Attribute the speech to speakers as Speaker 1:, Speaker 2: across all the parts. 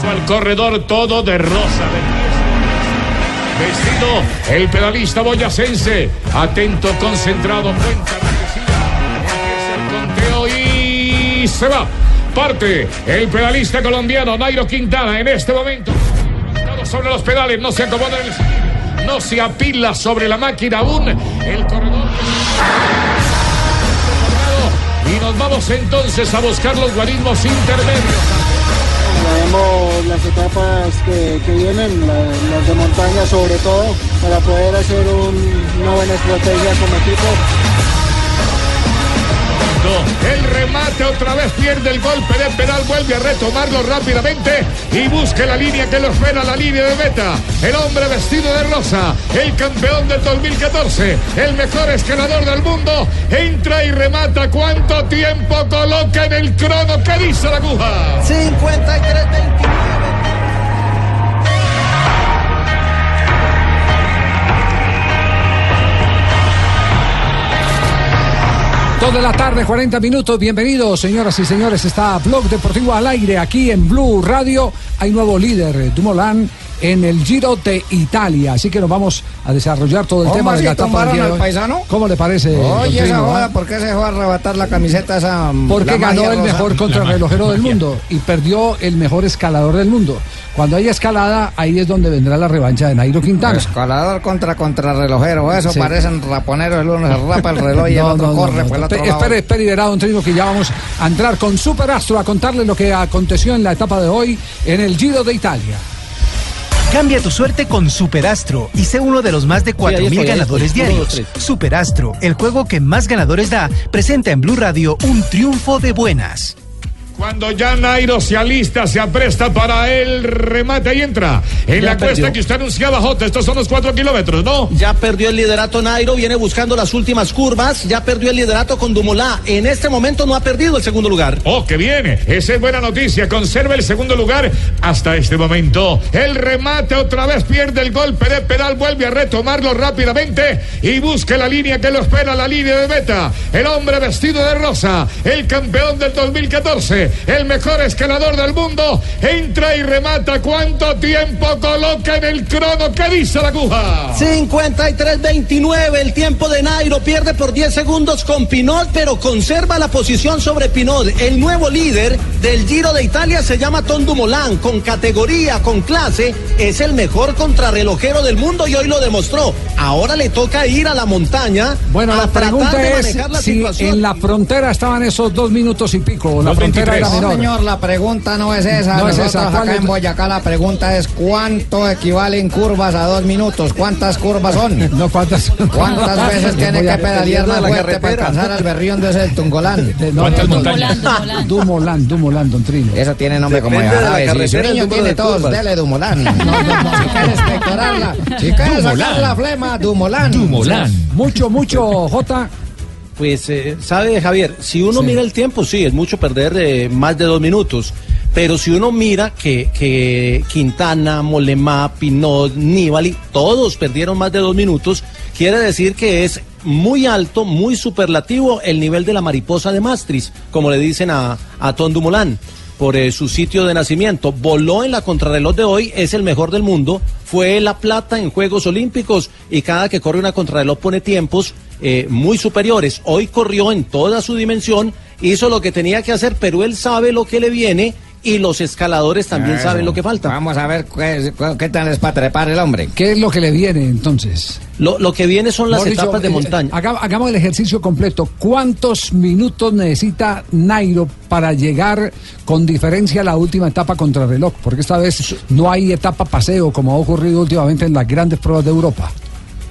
Speaker 1: su al corredor todo de rosa. Vestido el pedalista boyacense. Atento, concentrado, cuenta la que siga. Empieza el conteo y se va. Parte el pedalista colombiano Nairo Quintana en este momento. Todo Sobre los pedales, no se acomoda en el sillín, no se apila sobre la máquina aún. El corredor. Y nos vamos entonces a buscar los guarismos intermedios.
Speaker 2: Traemos las etapas que, que vienen, la- las de montaña sobre todo, para poder hacer un- una buena estrategia como equipo.
Speaker 1: El remate otra vez pierde el golpe de penal, vuelve a retomarlo rápidamente y busca la línea que lo espera, la línea de meta. El hombre vestido de rosa, el campeón del 2014, el mejor escalador del mundo, entra y remata. ¿Cuánto tiempo coloca en el crono? ¿Qué dice la aguja?
Speaker 3: 53
Speaker 4: Toda la tarde, 40 minutos. Bienvenidos, señoras y señores. Está Blog Deportivo al aire aquí en Blue Radio. Hay nuevo líder, Dumoulin, en el Giro de Italia. Así que nos vamos a desarrollar todo el
Speaker 5: ¿Cómo
Speaker 4: tema de
Speaker 5: así
Speaker 4: la etapa del
Speaker 5: tumbaron
Speaker 4: día de
Speaker 5: al
Speaker 4: hoy.
Speaker 5: paisano?
Speaker 4: ¿Cómo le parece? don
Speaker 5: Oye, esa
Speaker 4: Trino,
Speaker 5: joda,
Speaker 4: ah?
Speaker 5: ¿por qué se dejó arrebatar la camiseta esa? mm,
Speaker 4: Porque
Speaker 5: la
Speaker 4: ganó
Speaker 5: magia
Speaker 4: el
Speaker 5: rosa?
Speaker 4: mejor contrarrelojero del mundo y perdió el mejor escalador del mundo. Cuando haya escalada, ahí es donde vendrá la revancha de Nairo Quintana.
Speaker 5: Escalador contra contrarrelojero, eso
Speaker 4: Sí.
Speaker 5: parecen raponeros, el uno se rapa el reloj y el
Speaker 4: No,
Speaker 5: otro
Speaker 4: no, no,
Speaker 5: corre
Speaker 4: no.
Speaker 5: por el otro
Speaker 4: Pe-
Speaker 5: lado.
Speaker 4: Espere, espere, verá, don Trino, que ya vamos a entrar con Superastro a contarle lo que aconteció en la etapa de hoy en el Giro de Italia.
Speaker 6: Cambia tu suerte con Superastro y sé uno de los más de 4.000
Speaker 7: estoy, ahí
Speaker 6: ganadores
Speaker 7: estoy. Uno, dos,
Speaker 6: diarios. Superastro, el juego que más ganadores da, presenta en Blue Radio un triunfo de buenas.
Speaker 1: Cuando ya Nairo se alista, se apresta para el remate y entra en
Speaker 7: Ya
Speaker 1: la cuesta
Speaker 7: perdió.
Speaker 1: que usted anunciaba, Jota. Estos son los cuatro kilómetros, ¿no?
Speaker 7: Ya perdió el liderato Nairo, viene buscando las últimas curvas, ya perdió el liderato con Dumolá. En este momento no ha perdido el segundo lugar.
Speaker 1: Oh, que viene. Esa es buena noticia. Conserva el segundo lugar hasta este momento. El remate otra vez pierde el golpe de pedal. Vuelve a retomarlo rápidamente y busca la línea que lo espera, la línea de meta. El hombre vestido de rosa, el campeón del 2014, el mejor escalador del mundo, entra y remata. ¿Cuánto tiempo coloca en el crono? ¿Qué dice la aguja?
Speaker 7: 53-29, el tiempo de Nairo pierde por 10 segundos con Pinot, pero conserva la posición sobre Pinot. El nuevo líder del Giro de Italia se llama Tom Dumoulin, con categoría, con clase, es el mejor contrarrelojero del mundo y hoy lo demostró. Ahora le toca ir a la montaña.
Speaker 4: Bueno,
Speaker 7: a
Speaker 4: la
Speaker 7: tratar
Speaker 4: pregunta
Speaker 7: de
Speaker 4: es
Speaker 7: manejar la
Speaker 4: si
Speaker 7: situación.
Speaker 4: en la frontera estaban esos dos minutos y pico. o La
Speaker 1: Dos
Speaker 4: frontera era
Speaker 1: veintitrés.
Speaker 5: No,
Speaker 4: menor.
Speaker 5: señor, la pregunta no es esa.
Speaker 4: No es
Speaker 5: Nosotros
Speaker 4: esa, ¿cuál
Speaker 5: acá
Speaker 4: es?
Speaker 5: en Boyacá la pregunta es cuánto equivalen curvas a dos minutos, cuántas curvas son.
Speaker 4: No cuántas.
Speaker 5: ¿Cuántas veces tiene que pedalear
Speaker 7: dependiendo de
Speaker 5: más
Speaker 7: la
Speaker 5: fuerte para
Speaker 7: carretera.
Speaker 5: alcanzar al berrión de ese del Tungolán?
Speaker 4: ¿Cuántas
Speaker 8: montañas? Dumolán, Dumolán.
Speaker 4: Dumolán, Dumolán, Ah, don Trino.
Speaker 5: Eso tiene nombre como de
Speaker 7: Depende de la
Speaker 5: árabe, sí.
Speaker 7: carretera,
Speaker 5: Su
Speaker 7: el
Speaker 5: niño
Speaker 7: número
Speaker 5: tiene
Speaker 7: de
Speaker 5: todos,
Speaker 7: curvas.
Speaker 5: dele Dumolán. No, no, no, si quieres pectorarla, si quieres sacar la flema, Dumolán.
Speaker 4: Mucho, mucho, J.
Speaker 7: Pues, eh, ¿sabe, Javier? Si uno mira el tiempo, sí, es mucho perder eh, más de dos minutos. Pero si uno mira que, que Quintana, Molemá, Pinot, Nibali, todos perdieron más de dos minutos, quiere decir que es muy alto, muy superlativo el nivel de la mariposa de Mastris, como le dicen a, a Tom Dumoulin por eh, su sitio de nacimiento. Voló en la contrarreloj de hoy, es el mejor del mundo. Fue la plata en Juegos Olímpicos y cada que corre una contrarreloj pone tiempos eh, muy superiores. Hoy corrió en toda su dimensión, hizo lo que tenía que hacer, pero él sabe lo que le viene y los escaladores también
Speaker 5: Eso.
Speaker 7: saben lo que falta.
Speaker 5: Vamos a ver qué, qué tal es para trepar el hombre.
Speaker 4: ¿Qué es lo que le viene entonces?
Speaker 7: Lo, lo que viene son las
Speaker 4: Mejor dicho,
Speaker 7: etapas de
Speaker 4: eh,
Speaker 7: montaña.
Speaker 4: haga- hagamos el ejercicio completo. ¿Cuántos minutos necesita Nairo para llegar con diferencia a la última etapa contra reloj? Porque esta vez no hay etapa paseo como ha ocurrido últimamente en las grandes pruebas de Europa.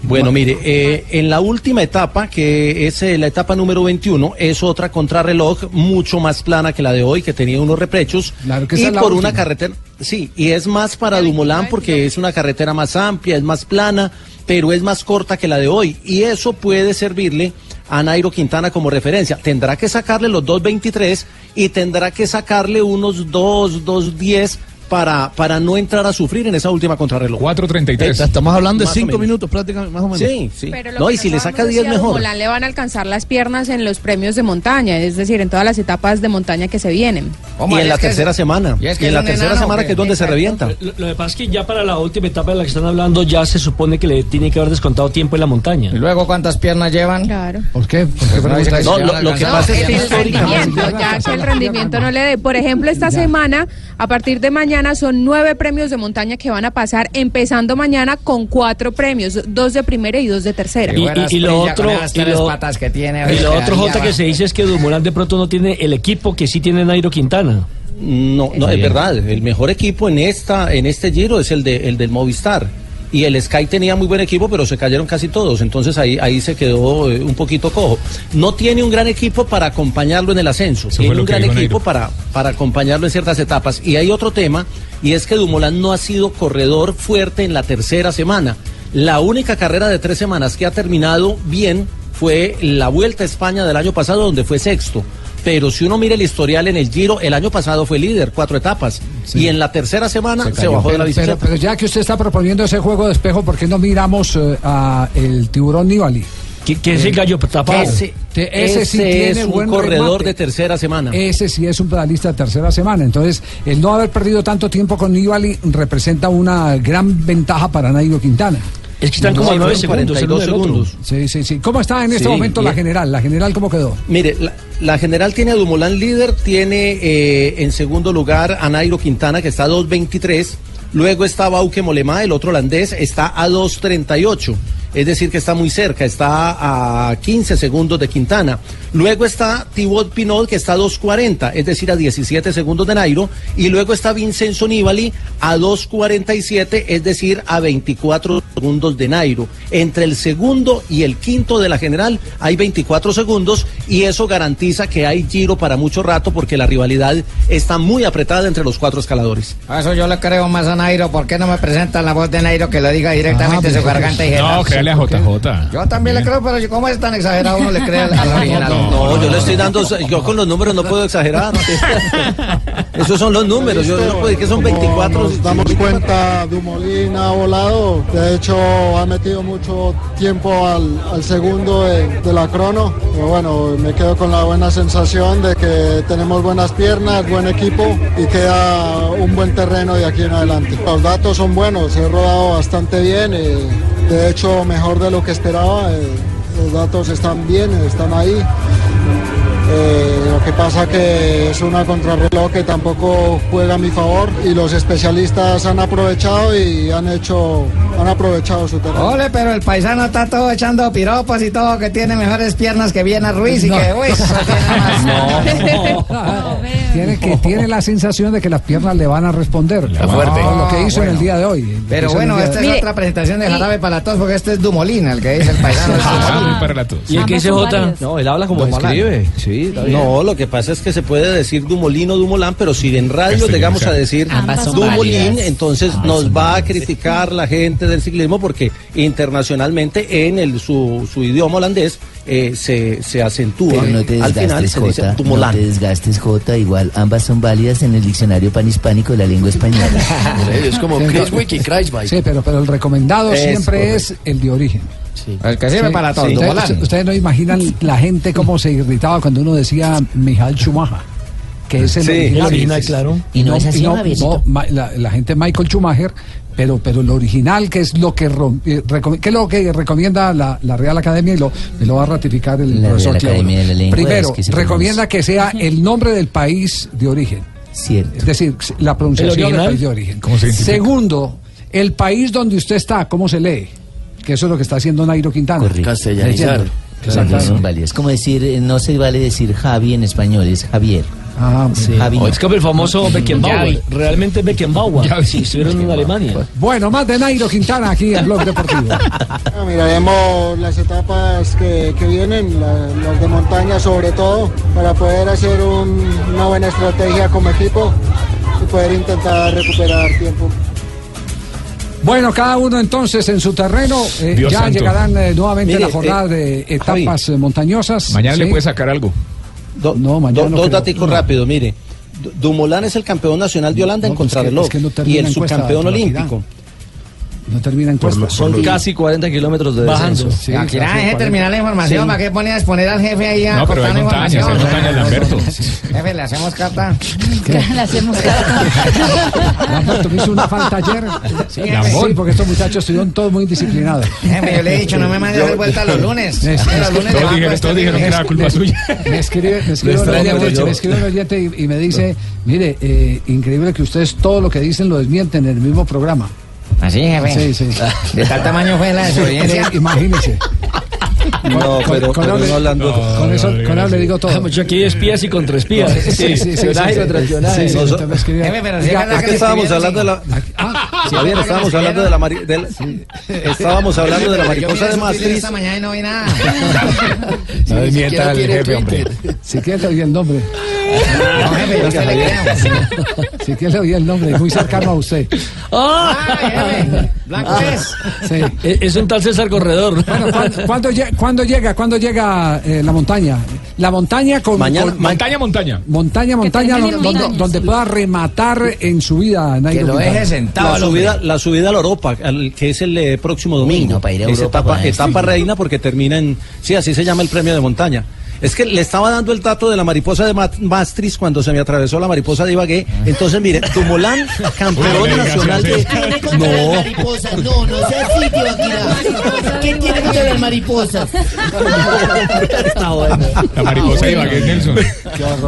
Speaker 7: Bueno, mire, eh, en la última etapa, que es eh, la etapa número 21, es otra contrarreloj mucho más plana que la de hoy, que tenía unos reprechos.
Speaker 4: Claro que
Speaker 7: y
Speaker 4: esa es la
Speaker 7: por una
Speaker 4: última.
Speaker 7: carretera, sí, y es más para Dumoulin porque es una carretera más amplia, es más plana, pero es más corta que la de hoy. Y eso puede servirle a Nairo Quintana como referencia. Tendrá que sacarle los 2.23 y tendrá que sacarle unos 2, 2.10 para, para no entrar a sufrir en esa última contrarreloj.
Speaker 3: 4.33.
Speaker 9: Estamos hablando de
Speaker 7: Más o
Speaker 9: cinco
Speaker 7: menos.
Speaker 9: minutos prácticamente, más o menos.
Speaker 7: Sí, sí.
Speaker 10: Pero lo
Speaker 7: No,
Speaker 10: que
Speaker 7: y si
Speaker 10: nos
Speaker 7: le
Speaker 10: ha
Speaker 7: saca 10
Speaker 10: anunciado
Speaker 7: mejor.
Speaker 10: Molán, le van a alcanzar las piernas en los premios de montaña, es decir, en todas las etapas de montaña que se vienen.
Speaker 7: Y en la tercera semana.
Speaker 11: y es que
Speaker 7: Y en
Speaker 11: es
Speaker 7: la
Speaker 11: un
Speaker 7: tercera
Speaker 11: enano,
Speaker 7: semana
Speaker 11: ¿o
Speaker 7: que es donde se revienta.
Speaker 3: Lo, lo que pasa es que ya para la última etapa de la que están hablando, ya se supone que le tiene que haber descontado tiempo en la montaña.
Speaker 11: ¿Y luego cuántas piernas llevan?
Speaker 10: Claro.
Speaker 4: ¿Por qué? ¿Por qué
Speaker 11: No,
Speaker 4: pregunta
Speaker 11: dice que
Speaker 4: eso?
Speaker 7: No,
Speaker 11: se
Speaker 7: lo-
Speaker 11: van a
Speaker 7: lo que
Speaker 11: alcanzar.
Speaker 7: pasa es que
Speaker 10: El
Speaker 7: históricamente-
Speaker 10: rendimiento, ya que el rendimiento no le dé. Por ejemplo, esta semana, a partir de mañana, son nueve premios de montaña que van a pasar, empezando mañana con cuatro premios, dos de primera y dos de tercera.
Speaker 3: Y-
Speaker 11: buenas
Speaker 3: y lo
Speaker 11: brillas con
Speaker 3: otro-
Speaker 11: esas
Speaker 3: y
Speaker 11: tres
Speaker 3: lo-
Speaker 11: patas que tiene.
Speaker 3: Y lo
Speaker 11: ahorita,
Speaker 3: otro,
Speaker 11: ahí
Speaker 3: Jota, que
Speaker 11: abajo.
Speaker 3: se dice es que Dumoulin de pronto no tiene el equipo que sí tiene Nairo Quintana.
Speaker 7: No, no, es verdad. El mejor equipo en esta, en este giro es el de el del Movistar. Y el Sky tenía muy buen equipo, pero se cayeron casi todos. Entonces ahí, ahí se quedó eh, un poquito cojo. No tiene un gran equipo para acompañarlo en el ascenso.
Speaker 3: Eso fue
Speaker 7: tiene
Speaker 3: lo
Speaker 7: un
Speaker 3: que
Speaker 7: gran
Speaker 3: dijo
Speaker 7: equipo
Speaker 3: Nairo.
Speaker 7: para, para acompañarlo en ciertas etapas. Y hay otro tema, y es que Dumoulin no ha sido corredor fuerte en la tercera semana. La única carrera de tres semanas que ha terminado bien fue la Vuelta a España del año pasado, donde fue sexto. Pero si uno mira el historial en el Giro, el año pasado fue líder, cuatro etapas. Y en la tercera semana se, bajó de
Speaker 4: Pero, pero,
Speaker 7: la bicicleta.
Speaker 4: pero ya que usted está proponiendo ese juego de espejo, ¿por qué no miramos eh, a el tiburón Nibali?
Speaker 3: ¿Qué, qué es el gallo tapado?
Speaker 7: Ese,
Speaker 4: Te- ese sí
Speaker 7: ese
Speaker 4: tiene
Speaker 7: es un
Speaker 4: buen
Speaker 7: corredor
Speaker 4: remate.
Speaker 7: de tercera semana.
Speaker 4: Ese sí es un pedalista de tercera semana. Entonces, el no haber perdido tanto tiempo con Nibali representa una gran ventaja para Nairo Quintana.
Speaker 3: Es que están
Speaker 7: No,
Speaker 3: como a
Speaker 7: fueron
Speaker 3: 9 segundos. el uno
Speaker 7: 42
Speaker 3: del otro.
Speaker 7: segundos.
Speaker 4: Sí, sí, sí. ¿Cómo está en este
Speaker 7: Sí,
Speaker 4: momento la
Speaker 7: bien.
Speaker 4: general? ¿La general cómo quedó?
Speaker 7: Mire, la, la general tiene a Dumoulin líder, tiene eh, en segundo lugar a Nairo Quintana, que está a 2.23. Luego está Bauke Molema, el otro holandés, está a 2.38. Es decir, que está muy cerca, está a 15 segundos de Quintana. Luego está Thibaut Pinot, que está a 2.40, es decir, a 17 segundos de Nairo. Y luego está Vincenzo Nibali a 2.47, es decir, a 24 segundos de Nairo. Entre el segundo y el quinto de la general hay 24 segundos y eso garantiza que hay giro para mucho rato porque la rivalidad está muy apretada entre los cuatro escaladores.
Speaker 3: Ah,
Speaker 11: A Eso yo le creo más a Nairo. ¿Por qué no me presentan la voz de Nairo que lo diga directamente
Speaker 4: Ah,
Speaker 11: en su
Speaker 7: pues,
Speaker 4: pero-
Speaker 11: garganta y
Speaker 3: pues, No,
Speaker 11: general?
Speaker 3: créale a JJ.
Speaker 11: Yo también le creo, pero ¿cómo es tan exagerado uno le cree al,
Speaker 3: Ah,
Speaker 11: al original?
Speaker 7: No, yo le estoy dando, yo con los números no puedo exagerar. Esos son los números, yo no puedo decir que son
Speaker 12: Como
Speaker 7: 24.
Speaker 12: Nos damos cuenta, Dumolín ha volado. De hecho, ha metido mucho tiempo al, al segundo de, de la crono. Pero bueno, me quedo con la buena sensación de que tenemos buenas piernas, buen equipo y queda un buen terreno de aquí en adelante. Los datos son buenos, he rodado bastante bien. eh, de hecho, mejor de lo que esperaba. eh, los datos están bien, están ahí. Eh, lo que pasa que es una contrarreloj que tampoco juega a mi favor y los especialistas han aprovechado y han hecho, han aprovechado su terreno.
Speaker 11: Ole, pero el paisano está todo echando piropos y todo, que tiene mejores piernas que Viena Ruiz y
Speaker 4: No.
Speaker 11: que, uy, eso tiene más.
Speaker 4: tiene, que, tiene la sensación de que las piernas le van a responder.
Speaker 3: van a
Speaker 4: Por
Speaker 3: responder.
Speaker 4: lo que hizo en
Speaker 11: Bueno.
Speaker 4: el día de hoy.
Speaker 11: Pero
Speaker 4: Hizo en el
Speaker 11: bueno,
Speaker 4: día de-
Speaker 11: esta es
Speaker 10: Mire,
Speaker 11: otra presentación de
Speaker 10: y-
Speaker 11: Jarabe para todos, porque este es Dumolina, el que dice el paisano. es
Speaker 4: Ah,
Speaker 11: Dumolín.
Speaker 3: ¿Y el que dice Jota?
Speaker 7: No, él habla como escribe. Sí, No, lo que pasa es que se puede decir Dumolín o Dumolán, pero si en radio llegamos a decir
Speaker 10: Ambas son
Speaker 7: Dumolín,
Speaker 10: válidas.
Speaker 7: entonces
Speaker 11: Ah,
Speaker 7: nos va a criticar la gente del ciclismo porque internacionalmente en el, su, su idioma holandés eh, se, se acentúa. ¿eh? Al final se dice Dumolán.
Speaker 9: desgastes, Jota. Igual, ambas son válidas en el diccionario panhispánico de la lengua española.
Speaker 4: es como Sí, pero, pero el recomendado
Speaker 7: Es
Speaker 4: siempre es el de origen.
Speaker 11: El que sirve
Speaker 4: Sí,
Speaker 11: para todos,
Speaker 4: sí.
Speaker 11: Dumolán.
Speaker 4: Ustedes, ustedes no imaginan la gente cómo se irritaba cuando uno decía Michael Schumacher, que es el
Speaker 7: Sí,
Speaker 4: original.
Speaker 3: el original, claro.
Speaker 4: Y no, es así, la, la gente Michael Schumacher, pero, pero el original, que es lo que, rom- eh, recom- que es lo que recomienda la, la Real Academia, y lo, me lo va a ratificar el
Speaker 9: La
Speaker 4: profesor
Speaker 9: Real
Speaker 4: Cleuro.
Speaker 9: Academia de la Lengua
Speaker 4: Primero,
Speaker 9: es que pues, se
Speaker 4: recomienda que sea el nombre del país de origen.
Speaker 9: Cierto.
Speaker 4: Es decir, la
Speaker 3: ¿El
Speaker 4: pronunciación del
Speaker 3: original?
Speaker 4: país de origen.
Speaker 13: ¿Cómo se identifica?
Speaker 4: Segundo, el país donde usted está, ¿cómo se lee? Que eso es lo que está haciendo Nairo Quintana. Leyendo.
Speaker 9: Castellanizar.
Speaker 4: Exactamente.
Speaker 9: Es como decir, eh, no se vale decir Javi en español, es Javier.
Speaker 4: Ah,
Speaker 3: Sí.
Speaker 4: Javier.
Speaker 3: Oh, Es como el famoso Beckenbauer.
Speaker 4: Javi.
Speaker 3: Realmente Beckenbauer. Si estuvieron en Alemania.
Speaker 4: Bueno, más de Nairo Quintana aquí en Blog Deportivo.
Speaker 12: Bueno, Miraremos las etapas que, que vienen, la- las de montaña sobre todo, para poder hacer un- una buena estrategia como equipo y poder intentar recuperar tiempo.
Speaker 4: Bueno, cada uno entonces en su terreno. eh,
Speaker 11: Dios
Speaker 4: ya
Speaker 11: santo.
Speaker 4: llegarán eh, nuevamente
Speaker 11: Mire,
Speaker 4: las jornadas de
Speaker 11: eh,
Speaker 4: etapas eh, montañosas.
Speaker 11: Mañana le
Speaker 4: Sí.
Speaker 11: puede sacar algo.
Speaker 4: no,
Speaker 7: Do-
Speaker 4: mañana no
Speaker 7: dos
Speaker 4: creo.
Speaker 7: datos rápidos, mire. Du- Dumoulin es el campeón nacional de Holanda en contrarreloj
Speaker 4: es que no termina
Speaker 7: y el
Speaker 4: la encuesta,
Speaker 7: subcampeón
Speaker 4: Rafa Tirán.
Speaker 7: olímpico.
Speaker 4: No termina encuesta.
Speaker 9: Son casi 40 kilómetros de
Speaker 4: Bajando.
Speaker 9: descenso.
Speaker 4: Sí,
Speaker 6: Aquí
Speaker 11: ah,
Speaker 6: nada, deje terminar la información.
Speaker 9: Sí.
Speaker 6: ¿Para qué pone a exponer al jefe ahí a
Speaker 9: No, pero hay
Speaker 6: cortar la
Speaker 9: montañas, hay
Speaker 6: información?
Speaker 9: montañas, Lamberto.
Speaker 6: Jefe, le hacemos carta.
Speaker 14: Le hacemos
Speaker 4: Lamberto, me hizo una falta ayer. Sí,
Speaker 6: Lambón.
Speaker 4: porque estos muchachos estuvieron todos muy indisciplinados.
Speaker 6: Jefe, yo le he dicho, no me mande a hacer vuelta los lunes.
Speaker 4: Es-
Speaker 6: Que Los lunes le
Speaker 4: Todos
Speaker 6: banco
Speaker 4: dijeron-
Speaker 6: este
Speaker 4: todos
Speaker 6: lunes.
Speaker 4: dijeron que era culpa suya. Me escribe, me escribe,
Speaker 9: Lo
Speaker 4: un,
Speaker 9: extraña
Speaker 4: oyente,
Speaker 9: mucho.
Speaker 4: me escribe un oyente y, y me dice, mire, eh, increíble que ustedes todo lo que dicen lo desmienten en el mismo programa.
Speaker 6: Así,
Speaker 4: Sí,
Speaker 6: jefe.
Speaker 4: sí.
Speaker 6: De tal tamaño fue la desobediencia.
Speaker 4: Imagínese.
Speaker 7: No, pero,
Speaker 4: con
Speaker 7: pero
Speaker 4: hable-
Speaker 7: no hablando.
Speaker 4: con eso, con hable digo todo.
Speaker 3: Mucho aquí hay espías y contraespías.
Speaker 4: Sí, sí, sí, sí, sí, sí, sí, sí, usted me escribe. Oiga,
Speaker 7: es que estábamos hablando de la. Ah, Javier, estábamos hablando de la. mari- de la- Estábamos hablando de la mariposa de Maastricht.
Speaker 6: Esta mañana y no vi nada.
Speaker 4: Sí,
Speaker 7: No
Speaker 4: ni
Speaker 7: desmienta
Speaker 4: siquiera
Speaker 7: al
Speaker 4: tiene
Speaker 7: jefe,
Speaker 4: Twitter. Si quieres le oí el nombre. Si quieres le oí el nombre, es muy cercano a usted.
Speaker 7: Ah.
Speaker 6: Blanco es.
Speaker 4: Sí.
Speaker 3: Eh, Es un tal César Corredor.
Speaker 4: Bueno, ¿cuándo, cuándo lle- cuándo llega, cuándo llega eh, la montaña? La montaña con...
Speaker 11: Mañana,
Speaker 4: con-
Speaker 11: montaña, montaña.
Speaker 4: Montaña, montaña,
Speaker 11: termine
Speaker 4: donde,
Speaker 11: en
Speaker 4: donde-
Speaker 11: montaña,
Speaker 4: donde pueda rematar en su vida. Nairo Quintana.
Speaker 7: La subida, la subida a la Europa, al- que es el eh, próximo domingo.
Speaker 15: para ir a
Speaker 7: Es
Speaker 15: Europa, pues.
Speaker 7: etapa,
Speaker 15: para eso.
Speaker 7: etapa reina porque termina en. Sí, así se llama el premio de montaña. Es que le estaba dando el dato de la mariposa de Ma- Maastricht cuando se me atravesó la mariposa de Ibagué. Entonces, mire, Tumolán,
Speaker 9: Uy,
Speaker 7: campeón
Speaker 9: venga,
Speaker 7: nacional
Speaker 9: sí,
Speaker 7: de.
Speaker 9: sí. Ay,
Speaker 7: No.
Speaker 9: mariposas. No, no sea así, Tibaquirá. ¿Qué tiene que ver las mariposas?
Speaker 11: La mariposa
Speaker 7: Ah,
Speaker 11: de Ibagué Nelson.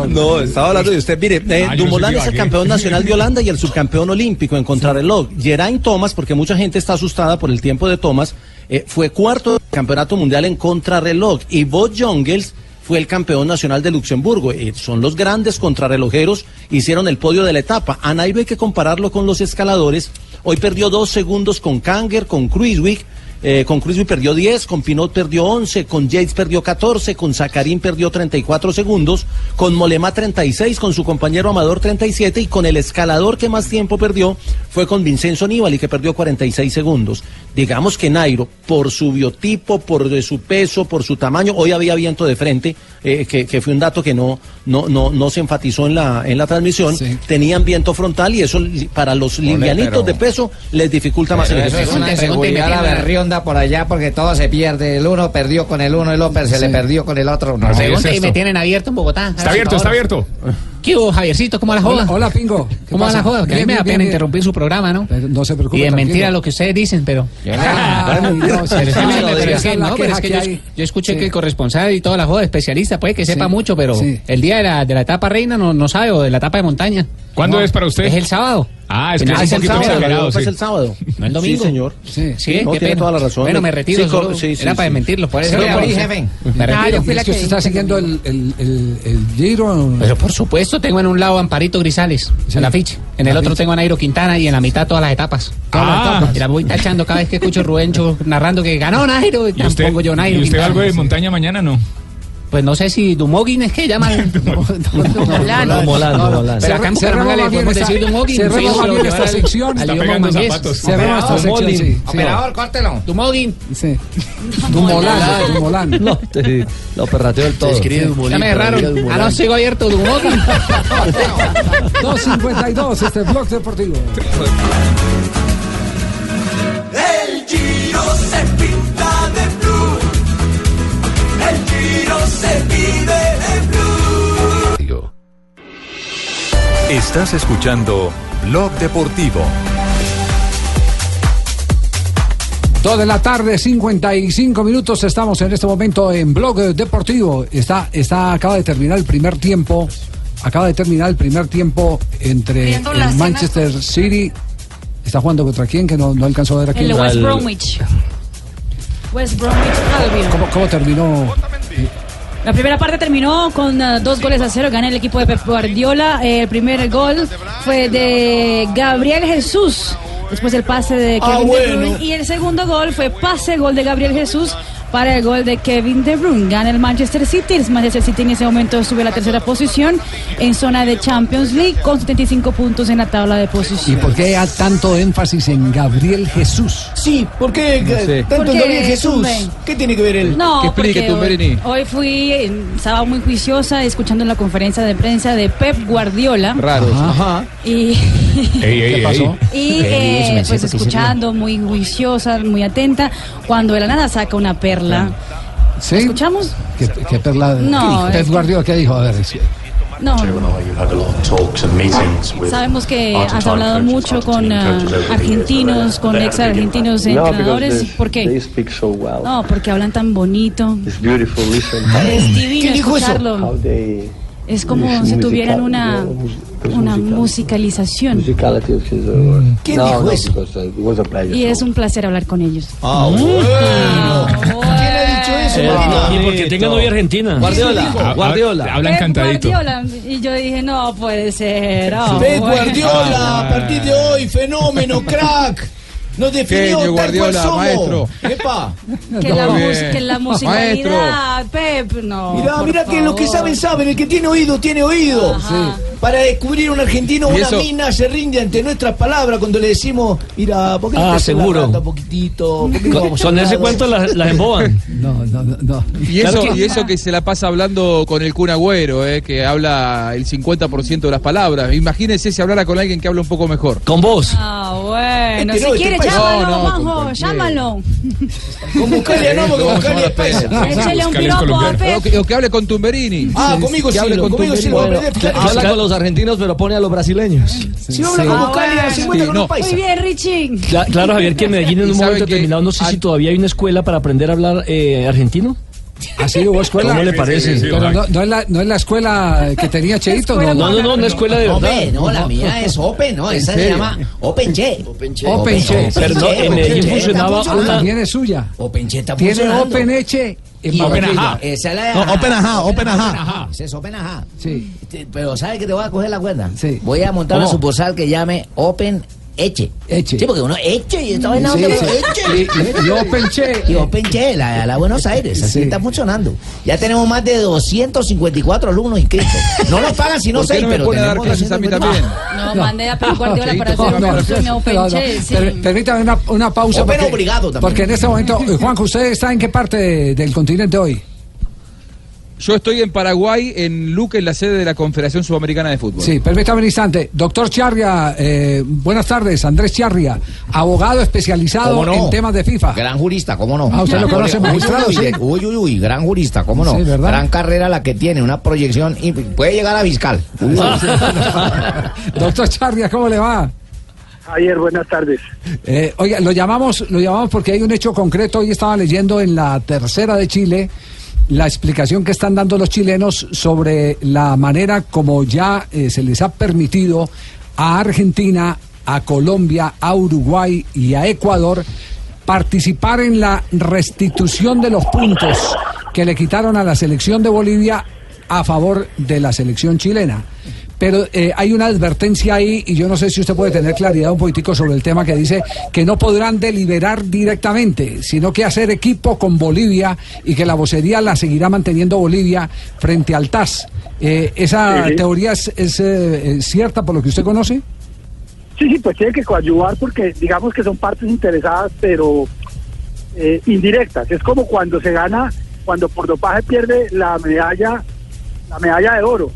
Speaker 7: No, estaba hablando de usted. Mire, eh,
Speaker 11: Ah, yo
Speaker 7: Dumoulin
Speaker 11: soy
Speaker 7: es el
Speaker 11: Ibagué.
Speaker 7: campeón nacional de Holanda y el subcampeón olímpico en contrarreloj. Geraint Thomas, porque mucha gente está asustada por el tiempo de Thomas, eh, fue cuarto del campeonato mundial en contrarreloj. Y Bob Jongels fue el campeón nacional de Luxemburgo. Eh, son los grandes contrarrelojeros, hicieron el podio de la etapa. A Naive hay que compararlo con los escaladores. Hoy perdió dos segundos con Kanger, con Kruiswijk. Eh, con Cruz perdió 10, con Pinot perdió 11, con Yates perdió 14, con Zacarín perdió 34 segundos, con Molema 36, con su compañero Amador 37 y con el escalador que más tiempo perdió fue con Vincenzo Nibali que perdió 46 segundos. Digamos que Nairo, por su biotipo, por de su peso, por su tamaño, hoy había viento de frente, eh, que, que fue un dato que no, no, no, no se enfatizó en la, en la transmisión, tenían viento frontal y eso li- para los livianitos
Speaker 6: pero-
Speaker 7: de peso les dificulta más el
Speaker 6: Pero eso es
Speaker 7: ejercicio.
Speaker 6: una inseguridad la berrionda por allá porque todo se pierde. El uno perdió con el uno, el otro se le perdió con el otro. No,
Speaker 11: Así es
Speaker 6: Pregunte y
Speaker 11: esto.
Speaker 6: me tienen abierto en Bogotá.
Speaker 11: Está abierto, está abierto.
Speaker 6: ¿Qué hubo, Javiercito? ¿Cómo la joda?
Speaker 4: Hola, hola, Pingo. ¿Qué
Speaker 6: ¿Cómo va
Speaker 4: pasa?
Speaker 6: la joda? Que a mí
Speaker 4: Bien,
Speaker 6: me
Speaker 4: bien,
Speaker 6: da pena
Speaker 4: bien.
Speaker 6: interrumpir su programa, ¿no?
Speaker 4: Pero No se preocupe.
Speaker 6: Y de
Speaker 4: tranquilo.
Speaker 6: mentira lo que ustedes dicen, pero.
Speaker 4: Ah, ay, no, sí, sí,
Speaker 6: Pero es que me-
Speaker 4: sí,
Speaker 6: pero es
Speaker 4: esa
Speaker 6: que-
Speaker 4: es la
Speaker 6: no, pero es
Speaker 4: queja
Speaker 6: que
Speaker 4: que
Speaker 6: yo,
Speaker 4: hay.
Speaker 6: yo escuché
Speaker 4: Sí.
Speaker 6: que el corresponsal y toda la joda especialista puede que sepa
Speaker 4: Sí,
Speaker 6: mucho, pero
Speaker 4: sí.
Speaker 6: el día de la, de la etapa reina no, no sabe o de la etapa de montaña.
Speaker 11: ¿Cuándo es para usted?
Speaker 6: Es el sábado.
Speaker 11: Ah, es que es un
Speaker 6: el
Speaker 11: poquito
Speaker 6: sábado.
Speaker 11: exagerado, sí.
Speaker 7: Es el sábado.
Speaker 6: No el domingo.
Speaker 7: Sí, señor.
Speaker 4: Sí,
Speaker 6: Sí,
Speaker 7: no,
Speaker 6: qué
Speaker 7: tiene
Speaker 6: pena.
Speaker 7: toda la razón.
Speaker 6: Bueno, me retiro.
Speaker 7: Sí,
Speaker 6: solo-
Speaker 7: co- sí, sí,
Speaker 6: era
Speaker 7: sí,
Speaker 6: para
Speaker 7: sí.
Speaker 6: desmentirlo. Por eso
Speaker 7: Sí,
Speaker 6: me
Speaker 7: por-
Speaker 6: abrí, jefe.
Speaker 4: Ah,
Speaker 6: Me retiro.
Speaker 4: Es que usted está siguiendo el, el, el, el giro.
Speaker 6: Pero por supuesto, tengo en un lado a Amparito Grisales, en la ficha. En el otro tengo a Nairo Quintana y en la mitad todas las etapas. Todas las
Speaker 11: Ah.
Speaker 6: etapas. Y la voy tachando cada vez que escucho a Rubencho narrando que ganó Nairo. Y
Speaker 11: ¿Y usted,
Speaker 6: tampoco yo Nairo.
Speaker 11: ¿y usted
Speaker 6: Quintana.
Speaker 11: algo de montaña mañana no?
Speaker 6: Pues no sé si Dumogin es que llaman.
Speaker 4: Molano.
Speaker 6: Pero acá
Speaker 4: Cerramos-
Speaker 6: en Bucaramanga
Speaker 4: cerramos
Speaker 6: le podemos
Speaker 4: bien
Speaker 6: decir
Speaker 4: esta-
Speaker 6: Dumogin.
Speaker 4: cerramos
Speaker 6: sí,
Speaker 4: bien
Speaker 6: lo
Speaker 4: esta
Speaker 6: llevar al-
Speaker 4: sección.
Speaker 6: al
Speaker 4: Está
Speaker 6: idioma
Speaker 4: pegando
Speaker 6: mangués.
Speaker 4: zapatos. Cerramos esta
Speaker 6: Operador,
Speaker 4: sección, sí, sí.
Speaker 6: Operador, córtelo. Dumogin.
Speaker 4: Sí. Dumolán, Dumolán.
Speaker 9: No, te, lo perrateo del todo.
Speaker 6: Llame raro. Ah, no, sigo abierto Dumogin.
Speaker 4: 252, este blog deportivo.
Speaker 9: El giro se pinta de blue. El giro se vive de blue.
Speaker 16: Estás escuchando Blog Deportivo.
Speaker 4: Dos de la tarde, 55 minutos. Estamos en este momento en Blog Deportivo. Está, está, acaba de terminar el primer tiempo. Acaba de terminar el primer tiempo entre
Speaker 14: Viendo
Speaker 4: el
Speaker 14: la escena.
Speaker 4: Manchester City. ¿Está jugando contra quién? Que no, no alcanzó a ver aquí.
Speaker 14: El West
Speaker 4: Pues,
Speaker 14: Bromwich. West Bromwich Albion.
Speaker 4: ¿Cómo, cómo terminó?
Speaker 14: La primera parte terminó con ah, dos goles a cero, gana el equipo de Pep Guardiola. Eh, el primer gol fue de Gabriel Jesús, después el pase de Kevin
Speaker 9: Ah,
Speaker 14: De
Speaker 9: bueno.
Speaker 14: Bruyne y el segundo gol fue pase gol de Gabriel Jesús para el gol de Kevin De Bruyne. Gana el Manchester City, el Manchester City en ese momento sube a la tercera posición en zona de Champions League con 75 puntos en la tabla de
Speaker 4: ¿Y
Speaker 14: posición.
Speaker 4: por qué hay tanto énfasis en Gabriel Jesús?
Speaker 9: Sí, ¿por qué
Speaker 4: No sé.
Speaker 9: tanto
Speaker 14: Porque
Speaker 9: Gabriel Jesús?
Speaker 14: tumben.
Speaker 9: ¿Qué tiene que ver él?
Speaker 14: No, porque hoy- Hoy fui, eh, estaba muy juiciosa escuchando la conferencia de prensa de Pep Guardiola.
Speaker 9: Raros.
Speaker 4: Ajá.
Speaker 14: Y,
Speaker 9: Ey, ey, ¿Qué pasó?
Speaker 14: y eh, pues escuchando, muy juiciosa, muy atenta, cuando de la nada saca una perla.
Speaker 4: ¿Sí?
Speaker 14: ¿Escuchamos?
Speaker 4: ¿Qué, qué perla? de-
Speaker 14: No,
Speaker 4: Pep
Speaker 14: es-
Speaker 4: Guardiola, ¿qué dijo? A ver, sí.
Speaker 14: No,
Speaker 17: You've had a lot of talks and meetings with
Speaker 14: sabemos que has
Speaker 17: Argentine
Speaker 14: hablado
Speaker 17: coaches,
Speaker 14: mucho con ah,
Speaker 17: Argentine coaches over the years.
Speaker 14: argentinos, con
Speaker 17: They
Speaker 14: ex
Speaker 17: have a big
Speaker 14: argentinos
Speaker 17: impact.
Speaker 14: entrenadores. ¿Por qué?
Speaker 17: speak so well.
Speaker 14: No, porque hablan tan bonito.
Speaker 17: It's beautiful, listen.
Speaker 14: Es divino
Speaker 9: dijo eso?
Speaker 14: escucharlo.
Speaker 17: they,
Speaker 14: Es como si tuvieran una, una musicalización.
Speaker 17: musicality of his work.
Speaker 14: ¿Quién dijo eso?
Speaker 17: because
Speaker 9: uh,
Speaker 17: it was a pleasure.
Speaker 14: Y es un placer hablar con ellos.
Speaker 9: Mm.
Speaker 3: Eh,
Speaker 4: Ah,
Speaker 3: Y porque tenga novia argentina.
Speaker 7: Guardiola,
Speaker 3: Ah, ah,
Speaker 7: Guardiola.
Speaker 3: Habla
Speaker 14: Pep
Speaker 3: encantadito.
Speaker 14: Guardiola. Y yo dije, no puede ser. ah,
Speaker 9: Pep
Speaker 14: bueno.
Speaker 9: Guardiola,
Speaker 3: Ah.
Speaker 9: a partir de hoy, fenómeno, crack. Nos definió
Speaker 13: Genio,
Speaker 9: tal
Speaker 13: Guardiola,
Speaker 9: cual somos.
Speaker 13: maestro.
Speaker 9: Epa.
Speaker 14: Que la,
Speaker 13: Muy
Speaker 14: mus-
Speaker 13: bien.
Speaker 14: que la musicalidad, Pep, no.
Speaker 9: Mirá,
Speaker 14: por
Speaker 9: mirá que los que
Speaker 14: favor.
Speaker 9: saben, saben. El que tiene oído, tiene oído. Para descubrir un argentino,
Speaker 13: ¿Y
Speaker 9: una
Speaker 13: eso?
Speaker 9: mina se rinde ante nuestras palabras cuando le decimos, mira, ¿por qué no
Speaker 3: Ah,
Speaker 9: te haces la
Speaker 3: seguro.
Speaker 9: rata poquitito? ¿Por qué no
Speaker 3: Con,
Speaker 9: vamos
Speaker 3: con
Speaker 9: al
Speaker 3: ese
Speaker 9: lado?"
Speaker 3: cuento las, las emboban.
Speaker 4: No, no, no. no.
Speaker 13: Y
Speaker 3: Claro
Speaker 13: eso,
Speaker 3: que-
Speaker 13: y eso que se la pasa hablando con el Kun Agüero, eh, que habla el 50% de las palabras. Imagínense si hablara con alguien que habla un poco mejor.
Speaker 3: Con vos.
Speaker 14: Ah, bueno.
Speaker 9: Este
Speaker 14: si
Speaker 9: no, este
Speaker 14: quiere,
Speaker 9: país-
Speaker 14: llámalo,
Speaker 13: No, no, con
Speaker 14: Juanjo,
Speaker 13: cualquiera.
Speaker 14: llámalo.
Speaker 9: Con Buscalia no, porque Buscalia es paisa.
Speaker 14: Échale un piropo a
Speaker 13: O
Speaker 14: Pep.
Speaker 13: que, o que hable con Tumberini.
Speaker 9: Ah, conmigo
Speaker 13: Que
Speaker 9: sí,
Speaker 13: hable con
Speaker 9: conmigo sí,
Speaker 13: Tumberini.
Speaker 9: lo voy a aprender. Claro que sí.
Speaker 18: Habla con los argentinos, pero pone a los brasileños.
Speaker 9: Si no habla
Speaker 3: Sí.
Speaker 9: con
Speaker 3: Ah,
Speaker 9: Buscalia, se encuentra con un
Speaker 3: no.
Speaker 9: paisa.
Speaker 14: Muy bien, Richie.
Speaker 3: Cla- claro, Javier, que en Medellín en un momento determinado, no sé si todavía hay una escuela para aprender a hablar eh, argentino.
Speaker 4: Así ¿Ah, hubo escuela.
Speaker 3: ¿Cómo le parece?
Speaker 4: Pero no, no es la, no es la escuela que tenía Cheito, no,
Speaker 3: No, no, no, una escuela de verdad.
Speaker 9: Open, no, la mía es Open, no, esa se
Speaker 4: serio?
Speaker 9: llama Open Che. Open Che.
Speaker 4: Open Che.
Speaker 3: Perdón, en Medellín funcionaba
Speaker 4: Ah,
Speaker 3: una-
Speaker 4: También es suya.
Speaker 9: Open Che está
Speaker 4: Tiene
Speaker 9: funcionando.
Speaker 4: Open Eche en
Speaker 9: Y
Speaker 4: Barranquilla.
Speaker 9: Esa es la de
Speaker 4: No, Open Ajá, Open Ajá.
Speaker 9: Ese es Open Ajá.
Speaker 4: Sí.
Speaker 9: Este, Pero ¿sabes que te voy a coger la cuerda?
Speaker 4: Sí.
Speaker 9: Voy a montar una
Speaker 4: ¿Cómo?
Speaker 9: sucursal que llame Open Eche.
Speaker 4: Eche.
Speaker 9: Sí, porque uno Eche y esta vaina
Speaker 4: Sí,
Speaker 9: otra
Speaker 4: sí.
Speaker 9: Eche.
Speaker 4: Y- y Open Che.
Speaker 9: Y Open Che, la, la Buenos Aires, así
Speaker 4: Sí.
Speaker 9: está funcionando. Ya tenemos más de 254 alumnos inscritos. No nos pagan si no
Speaker 13: ¿Por qué
Speaker 9: seis,
Speaker 13: no me
Speaker 9: pero
Speaker 13: pone a dar
Speaker 9: tenemos
Speaker 13: clases a mí
Speaker 9: 254.
Speaker 13: también?
Speaker 14: No, mandé a Pep Guardiola para hacer un curso en Open Chess, sí.
Speaker 9: eh,
Speaker 4: Per- Permítame una, una pausa.
Speaker 9: Open obligado también.
Speaker 4: porque en este momento, eh, Juanjo, ¿usted está en qué parte de- del continente hoy?
Speaker 13: Yo estoy en Paraguay, en Luque, en la sede de la Confederación Sudamericana de Fútbol.
Speaker 4: Sí, permítame un instante. Doctor Charria, eh, buenas tardes. Andrés Charria, abogado especializado
Speaker 9: ¿Cómo no?
Speaker 4: en temas de FIFA.
Speaker 9: Gran jurista, ¿cómo no?
Speaker 4: Ah, usted lo conoce,
Speaker 9: Uy,
Speaker 4: magistrado,
Speaker 9: uy,
Speaker 4: sí.
Speaker 9: Uy, uy, uy, gran jurista, ¿cómo no?
Speaker 4: Sí, ¿verdad?
Speaker 9: Gran carrera la que tiene, una proyección y puede llegar a fiscal. Uy,
Speaker 4: Doctor Charria, ¿cómo le va?
Speaker 19: Ayer, buenas tardes.
Speaker 4: Eh, oiga, lo llamamos, lo llamamos porque hay un hecho concreto. Hoy estaba leyendo en la tercera de Chile la explicación que están dando los chilenos sobre la manera como ya eh, se les ha permitido a Argentina, a Colombia, a Uruguay y a Ecuador participar en la restitución de los puntos que le quitaron a la selección de Bolivia a favor de la selección chilena. Pero eh, hay una advertencia ahí y yo no sé si usted puede tener claridad un poquitico sobre el tema que dice que no podrán deliberar directamente, sino que hacer equipo con Bolivia y que la vocería la seguirá manteniendo Bolivia frente al TAS. Eh, ¿Esa
Speaker 19: Sí.
Speaker 4: teoría es, es, eh, eh, cierta por lo que usted conoce?
Speaker 19: Sí, sí, pues tiene que coadyuvar porque digamos que son partes interesadas, pero eh, indirectas. Es como cuando se gana, cuando por dopaje pierde la medalla, la medalla de oro.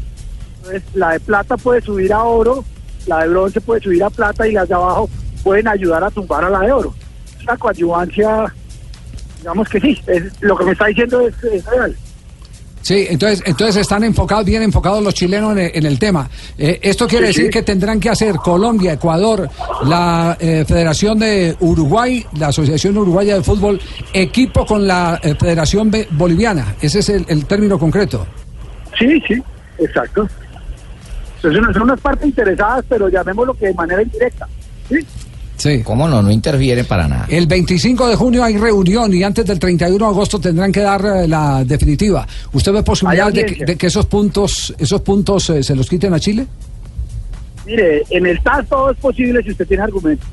Speaker 19: Entonces, la de plata puede subir a oro, la de bronce puede subir a plata y las de abajo pueden ayudar a tumbar a la de oro. Es una coadyuvancia, digamos que sí, es- lo que me está diciendo es, es real.
Speaker 4: Sí, entonces, entonces están enfocados, bien enfocados los chilenos en el, en el tema. Eh, esto quiere
Speaker 19: Sí, sí.
Speaker 4: decir que tendrán que hacer Colombia, Ecuador, la eh, Federación de Uruguay, la Asociación Uruguaya de Fútbol, equipo con la eh, Federación Be- Boliviana. Ese es el, el término concreto.
Speaker 19: Sí, sí, exacto. Entonces, no son unas partes interesadas, pero llamémoslo que de manera indirecta. ¿sí?
Speaker 11: ¿Cómo no? No interfiere para nada.
Speaker 4: El 25 de junio hay reunión y antes del 31 de agosto tendrán que dar eh, la definitiva. ¿Usted ve posibilidad de que,
Speaker 19: audiencia.
Speaker 4: de que esos puntos, esos puntos eh, se los quiten a Chile?
Speaker 19: Mire, en el TAS todo es posible si usted tiene argumentos.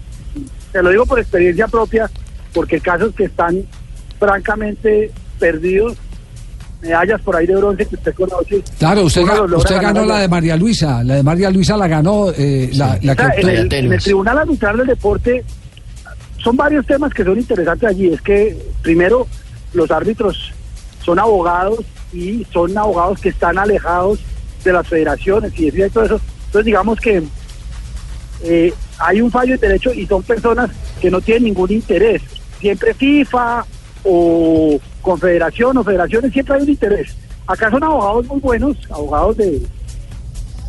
Speaker 19: Te lo digo por experiencia propia, porque casos que están francamente perdidos, medallas por ahí de bronce que usted conoce.
Speaker 4: Claro, usted,
Speaker 19: uno
Speaker 4: ga-
Speaker 19: los logra
Speaker 4: usted
Speaker 19: ganar
Speaker 4: ganó
Speaker 19: a
Speaker 4: la
Speaker 19: los-
Speaker 4: de María Luisa, la de María Luisa la ganó eh, la, la
Speaker 19: O sea,
Speaker 4: que
Speaker 19: en, el,
Speaker 4: obtuvo.
Speaker 19: en el Tribunal Arbitral del Deporte son varios temas que son interesantes allí. Es que, primero, los árbitros son abogados y son abogados que están alejados de las federaciones y de todo eso. Entonces, digamos que eh, hay un fallo de derecho y son personas que no tienen ningún interés. Siempre FIFA o confederación o federaciones, siempre hay un interés. Acá son abogados muy buenos, abogados de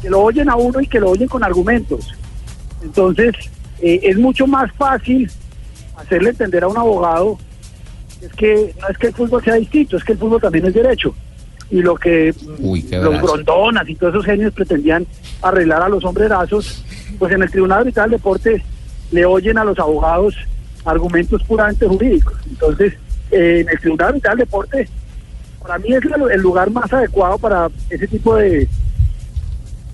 Speaker 19: que lo oyen a uno y que lo oyen con argumentos. Entonces, eh, es mucho más fácil hacerle entender a un abogado que es que no es que el fútbol sea distinto, es que el fútbol también es derecho. Y lo que
Speaker 11: Uy, qué
Speaker 19: los
Speaker 11: brazo.
Speaker 19: grondonas y todos esos genios pretendían arreglar a los hombrerazos, pues en el Tribunal Arbitral del Deporte le oyen a los abogados argumentos puramente jurídicos. Entonces, eh, en el Tribunal Arbitral del Deporte, para mí es la- el lugar más adecuado para ese tipo de,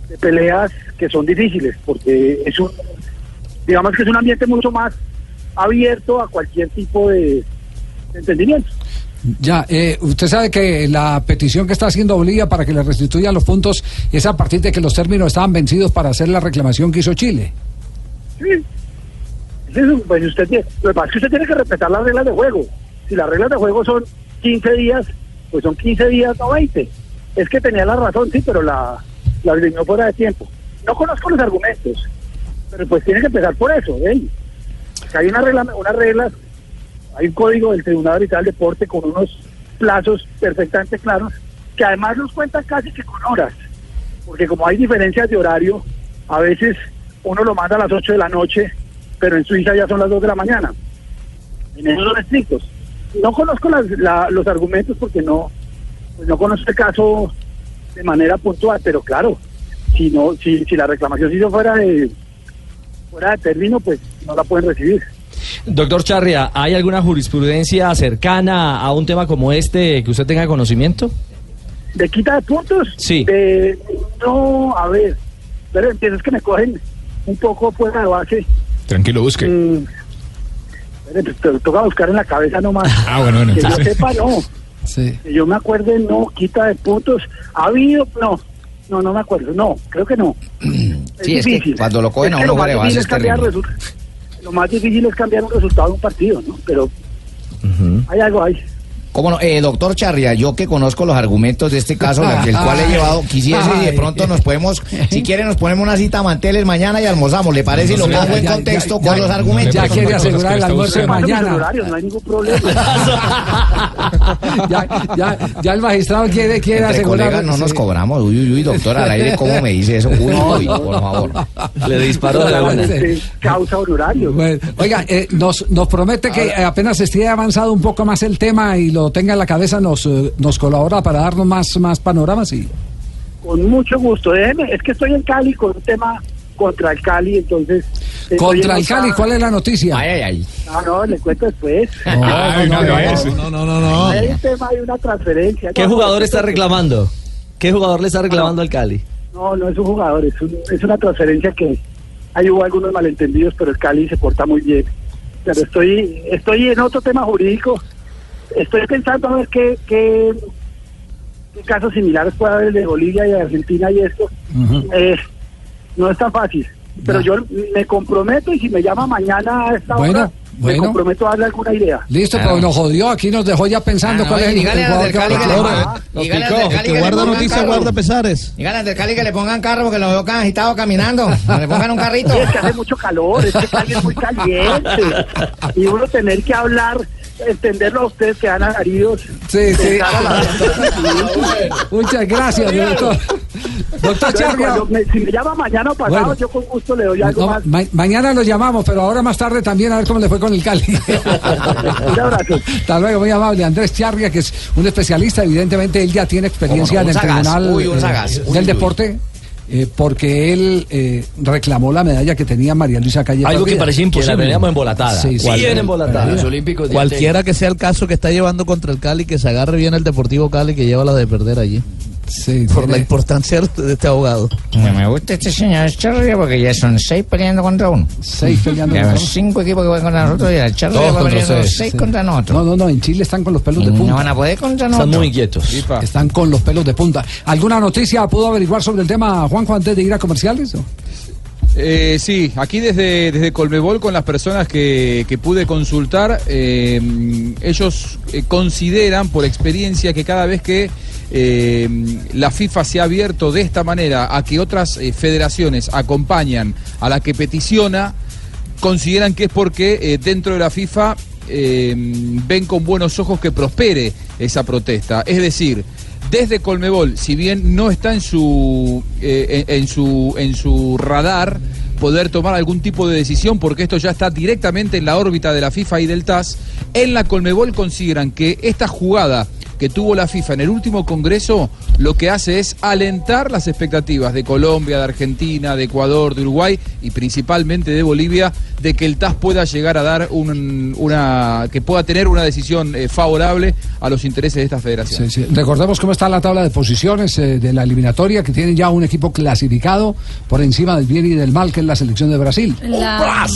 Speaker 19: de peleas que son difíciles, porque es un, digamos que es un ambiente mucho más abierto a cualquier tipo de de entendimiento.
Speaker 4: Ya, eh, usted sabe que la petición que está haciendo Bolivia para que le restituyan los puntos es a partir de que los términos estaban vencidos para hacer la reclamación que hizo Chile.
Speaker 19: Sí. Es eso, pues usted tiene, lo que pasa es que usted tiene que respetar las reglas de juego. Si las reglas de juego son 15 días, pues son 15 días, no 20. Es que tenía la razón, sí, pero la, la eliminó fuera de tiempo. No conozco los argumentos, pero pues tiene que empezar por eso. ¿eh? Que hay una regla, unas reglas, hay un código del Tribunal Arbitral del Deporte con unos plazos perfectamente claros, que además los cuentan casi que con horas, porque como hay diferencias de horario, a veces uno lo manda a las 8 de la noche, pero en Suiza ya son las 2 de la mañana. En eso son estrictos. No conozco las- la- los argumentos porque no, pues no conozco el caso de manera puntual, pero claro, si no, si, si la reclamación si fuera de fuera de término, pues no la pueden recibir.
Speaker 18: Doctor Charria, ¿hay alguna jurisprudencia cercana a un tema como este que usted tenga conocimiento?
Speaker 19: ¿De quita de puntos?
Speaker 18: Sí.
Speaker 19: Eh, no, a ver, pero empiezas que me cogen un poco fuera de base.
Speaker 20: Tranquilo, busque.
Speaker 19: Pero, pues, Te toca buscar en la cabeza nomás.
Speaker 20: Ah, bueno, bueno,
Speaker 19: Que yo
Speaker 20: entonces.
Speaker 19: sepa, no.
Speaker 4: Sí.
Speaker 19: Que yo me acuerde, no, quita de puntos. ¿Ha habido? No, no, no me acuerdo. No, creo que no.
Speaker 11: Sí, es que
Speaker 19: difícil.
Speaker 11: cuando lo cogen a
Speaker 19: Es que
Speaker 11: uno
Speaker 19: lo más
Speaker 11: fuera de
Speaker 19: difícil
Speaker 11: base este es
Speaker 19: es cambiar
Speaker 11: terrible.
Speaker 19: resu- Lo más difícil es cambiar un resultado de un partido, ¿no? Pero hay algo ahí.
Speaker 11: ¿Cómo no? Eh, doctor Charria, yo que conozco los argumentos de este caso, el cual he llevado, quisiese y de pronto nos podemos, si quieren, nos ponemos una cita a manteles mañana y almorzamos. ¿Le parece? Y lo pongo en contexto con los argumentos.
Speaker 4: Ya quiere asegurar el almuerzo de
Speaker 19: Los
Speaker 4: mañana.
Speaker 19: horarios, no hay ningún problema.
Speaker 4: Ya, ya, ya el magistrado quiere, quiere
Speaker 11: Entre
Speaker 4: asegurar.
Speaker 11: colegas no nos
Speaker 4: sí.
Speaker 11: cobramos. Uy, uy, uy, doctor, al aire, ¿cómo me dice eso? Uy, uy, por favor.
Speaker 18: Le disparó de la
Speaker 4: Bueno,
Speaker 18: buena.
Speaker 4: sí.
Speaker 19: Causa honorario.
Speaker 4: Bueno, oiga, eh, nos, nos promete que eh, apenas esté avanzado un poco más el tema y lo tenga en la cabeza, nos, eh, nos colabora para darnos más, más panoramas. Y...
Speaker 19: Con mucho gusto. Déjeme, es que estoy en Cali con un tema contra el Cali, entonces. estoy
Speaker 4: Contra el
Speaker 19: enojado.
Speaker 4: Cali, ¿cuál es la noticia? Ay,
Speaker 11: ay, ay.
Speaker 19: No, no, le cuento después.
Speaker 18: Ay, no, no, no, no, no, no.
Speaker 19: Hay un tema de una transferencia.
Speaker 18: ¿Qué
Speaker 19: No,
Speaker 18: jugador
Speaker 19: no,
Speaker 18: está reclamando? ¿Qué jugador le está reclamando al Cali?
Speaker 19: No, no es un jugador, es, un- es una transferencia que hay hubo algunos malentendidos, pero el Cali se porta muy bien. Pero estoy, estoy en otro tema jurídico. Estoy pensando a ver qué, qué, qué casos similares puede haber de Bolivia y de Argentina y esto. Eh, no es tan fácil. Pero yo me comprometo y si me llama mañana a esta
Speaker 4: Bueno,
Speaker 19: hora,
Speaker 4: bueno.
Speaker 19: me comprometo a darle alguna idea. Ah.
Speaker 4: Listo, pero nos jodió, aquí nos dejó ya pensando
Speaker 11: Ah,
Speaker 4: cuál
Speaker 11: oye,
Speaker 4: es el,
Speaker 11: dígale
Speaker 4: el
Speaker 11: a los
Speaker 4: jugador
Speaker 11: del
Speaker 4: que
Speaker 11: Cali que le
Speaker 4: abandonó.
Speaker 11: pongan- dígale a los del Cali que le pongan carro.
Speaker 4: pesares.
Speaker 11: Y ganas del Cali que le pongan carro porque lo veo can- agitado caminando. Que Le pongan un carrito.
Speaker 19: Sí, es que hace mucho calor, es que Cali es muy caliente. Y uno tener que hablar, entenderlo a ustedes que dan alaridos.
Speaker 4: Sí, sí.
Speaker 19: Pensar a la gente.
Speaker 4: Muchas gracias, doctor. Doctor
Speaker 19: Entonces,
Speaker 4: Charria.
Speaker 19: cuando me- si me llama mañana o pasado,
Speaker 4: Bueno.
Speaker 19: yo con gusto le doy algo
Speaker 4: No,
Speaker 19: más.
Speaker 4: ma- mañana lo llamamos, pero ahora más tarde también a ver cómo le fue con el Cali.
Speaker 19: Un abrazo.
Speaker 4: Hasta luego, muy amable. Andrés Charria, que es un especialista, evidentemente él ya tiene experiencia
Speaker 11: ¿Cómo no?
Speaker 4: en
Speaker 11: Un
Speaker 4: el
Speaker 11: sagaz.
Speaker 4: tribunal
Speaker 11: Uy, un
Speaker 4: eh,
Speaker 11: sagaz. Uy,
Speaker 4: del
Speaker 11: uy.
Speaker 4: deporte. eh, porque él eh, reclamó la medalla que tenía María Luisa Calle.
Speaker 18: Algo que
Speaker 4: Pavía.
Speaker 18: parecía imposible. Que la teníamos embolatada.
Speaker 4: Sí, sí.
Speaker 18: Bien embolatada. Los Olímpicos de
Speaker 15: Cualquiera
Speaker 18: Atenas.
Speaker 15: que sea el caso que está llevando contra el Cali, que se agarre bien el Deportivo Cali, que lleva la de perder allí. Por la importancia de este abogado.
Speaker 11: me gusta este señor Charria porque ya son seis peleando contra uno.
Speaker 4: Seis peleando
Speaker 11: Ya
Speaker 4: contra
Speaker 11: van
Speaker 4: uno.
Speaker 11: cinco equipos que van contra nosotros y el Charria va peleando seis,
Speaker 4: Sí.
Speaker 11: contra nosotros. Mm,
Speaker 4: No, no, no, en Chile están con los pelos de
Speaker 11: No
Speaker 4: punta.
Speaker 11: van a poder contra Están nosotros. muy
Speaker 18: inquietos.
Speaker 4: Están con los pelos de punta. ¿Alguna noticia pudo averiguar sobre el tema, Juanjo, antes de ir a comerciales? o?
Speaker 13: Eh, sí, aquí desde, desde Colmebol con las personas que, que pude consultar, eh, ellos eh, consideran por experiencia que cada vez que eh, la FIFA se ha abierto de esta manera a que otras eh, federaciones acompañan a la que peticiona, consideran que es porque eh, dentro de la FIFA eh, ven con buenos ojos que prospere esa protesta. Es decir, desde Colmebol, si bien no está en su, eh, en, en su, en su radar poder tomar algún tipo de decisión, porque esto ya está directamente en la órbita de la FIFA y del TAS, en la Colmebol consideran que esta jugada que tuvo la FIFA en el último Congreso lo que hace es alentar las expectativas de Colombia, de Argentina, de Ecuador, de Uruguay y principalmente de Bolivia de que el TAS pueda llegar a dar un- una que pueda tener una decisión eh, favorable a los intereses de esta federación.
Speaker 4: Sí, sí. Recordemos cómo está la tabla de posiciones eh, de la eliminatoria, que tiene ya un equipo clasificado por encima del bien y del mal, que es la selección de Brasil.
Speaker 14: La-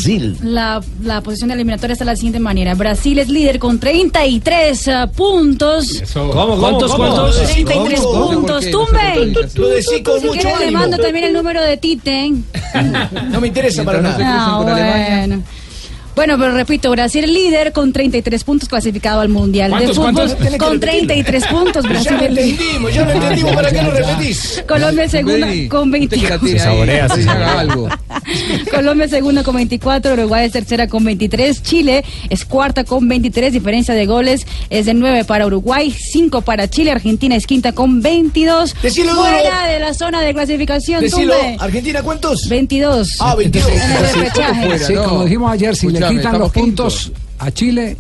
Speaker 14: La, la posición de la eliminatoria está de la siguiente manera. Brasil es líder con 33 eh, puntos.
Speaker 18: ¿Cómo, cuántos, cuántos?
Speaker 14: 33
Speaker 18: ¿Cómo?
Speaker 14: puntos.
Speaker 18: ¿Por qué?
Speaker 14: ¡Tumbe!
Speaker 18: Lo de sí con
Speaker 14: Si
Speaker 18: mucho
Speaker 14: quieres, le
Speaker 18: ánimo.
Speaker 14: mando también el número de Tite.
Speaker 11: No me interesa para nada.
Speaker 14: Ah, bueno. Bueno, pero repito, Brasil líder con 33 puntos clasificado al Mundial de
Speaker 11: ¿Cuántos,
Speaker 14: Fútbol.
Speaker 11: cuántos? Tiene que
Speaker 14: Con
Speaker 11: repetirlo.
Speaker 14: 33 puntos,
Speaker 11: Ya
Speaker 14: Brasil.
Speaker 11: lo entendimos, ya lo entendimos, ¿para qué lo repetís?
Speaker 14: Colombia segunda
Speaker 11: Vení,
Speaker 14: con 24.
Speaker 11: Se saborea, se saborea.
Speaker 14: Colombia segunda con 24, Uruguay es tercera con 23, Chile es cuarta con 23, diferencia de goles es de 9 para Uruguay, 5 para Chile, Argentina es quinta con 22.
Speaker 11: Decilo duro.
Speaker 14: fuera de la zona de clasificación.
Speaker 11: Decilo,
Speaker 14: Tumbe.
Speaker 11: Argentina, ¿cuántos?
Speaker 14: 22.
Speaker 11: Ah, 22.
Speaker 14: En el repechaje.
Speaker 4: Sí, pues, como dijimos ayer, si le
Speaker 11: Escuchame,
Speaker 4: quitan los
Speaker 11: estamos
Speaker 4: puntos a Chile,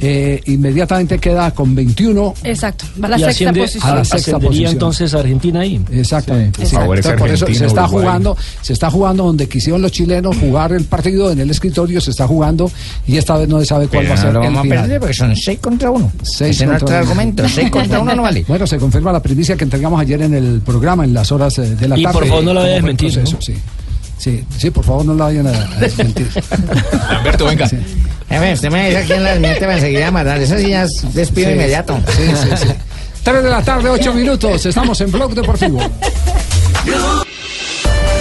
Speaker 4: eh, inmediatamente queda con 21.
Speaker 14: Exacto, va a la
Speaker 4: Y
Speaker 14: sexta
Speaker 4: asciende
Speaker 14: posición.
Speaker 4: a la sexta
Speaker 3: Ascendería
Speaker 4: posición.
Speaker 3: entonces Argentina ahí.
Speaker 4: Exactamente.
Speaker 3: Sí. Favorece
Speaker 4: Entonces, por eso
Speaker 3: Argentina,
Speaker 4: se está
Speaker 3: Uruguay.
Speaker 4: jugando, se está jugando donde quisieron los chilenos jugar el partido en el escritorio, se está jugando y esta vez no se sabe cuál va
Speaker 11: Pero
Speaker 4: a
Speaker 11: no
Speaker 4: ser
Speaker 11: lo
Speaker 4: el
Speaker 11: vamos a
Speaker 4: final.
Speaker 11: perder porque son 6 contra 1.
Speaker 4: Seis
Speaker 11: Ese no es
Speaker 4: contra
Speaker 11: nuestro
Speaker 4: uno.
Speaker 11: argumento, seis contra uno no vale.
Speaker 4: Bueno, se confirma la primicia que entregamos ayer en el programa, en las horas eh, de la
Speaker 11: Y
Speaker 4: tarde.
Speaker 11: por favor, no la
Speaker 4: Cómo
Speaker 11: vayan a
Speaker 4: fue el
Speaker 11: desmentir,
Speaker 4: proceso,
Speaker 11: ¿no?
Speaker 4: sí. sí, sí, por favor, no la vayan a, a desmentir.
Speaker 15: Alberto, venga.
Speaker 11: A ver, usted me dice a quién las miente para enseguida matar. Eso sí ya es despido
Speaker 4: Sí,
Speaker 11: inmediato.
Speaker 4: sí, sí, sí. Tres de la tarde, ocho minutos. Estamos en Blog Deportivo.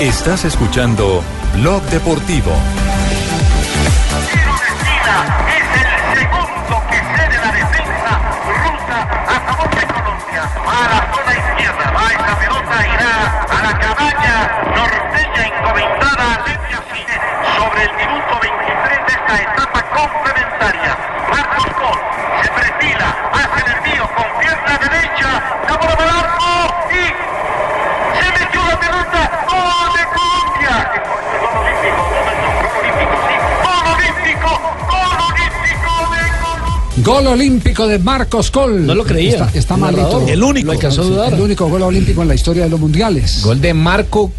Speaker 16: Estás escuchando Blog Deportivo.
Speaker 4: Gol olímpico de Marcos Col.
Speaker 3: No lo creía.
Speaker 4: Está, está
Speaker 3: El narrador.
Speaker 4: malito.
Speaker 3: El único. Lo alcanzó a dudar.
Speaker 4: El único gol olímpico en la historia de los mundiales. Gol de Marco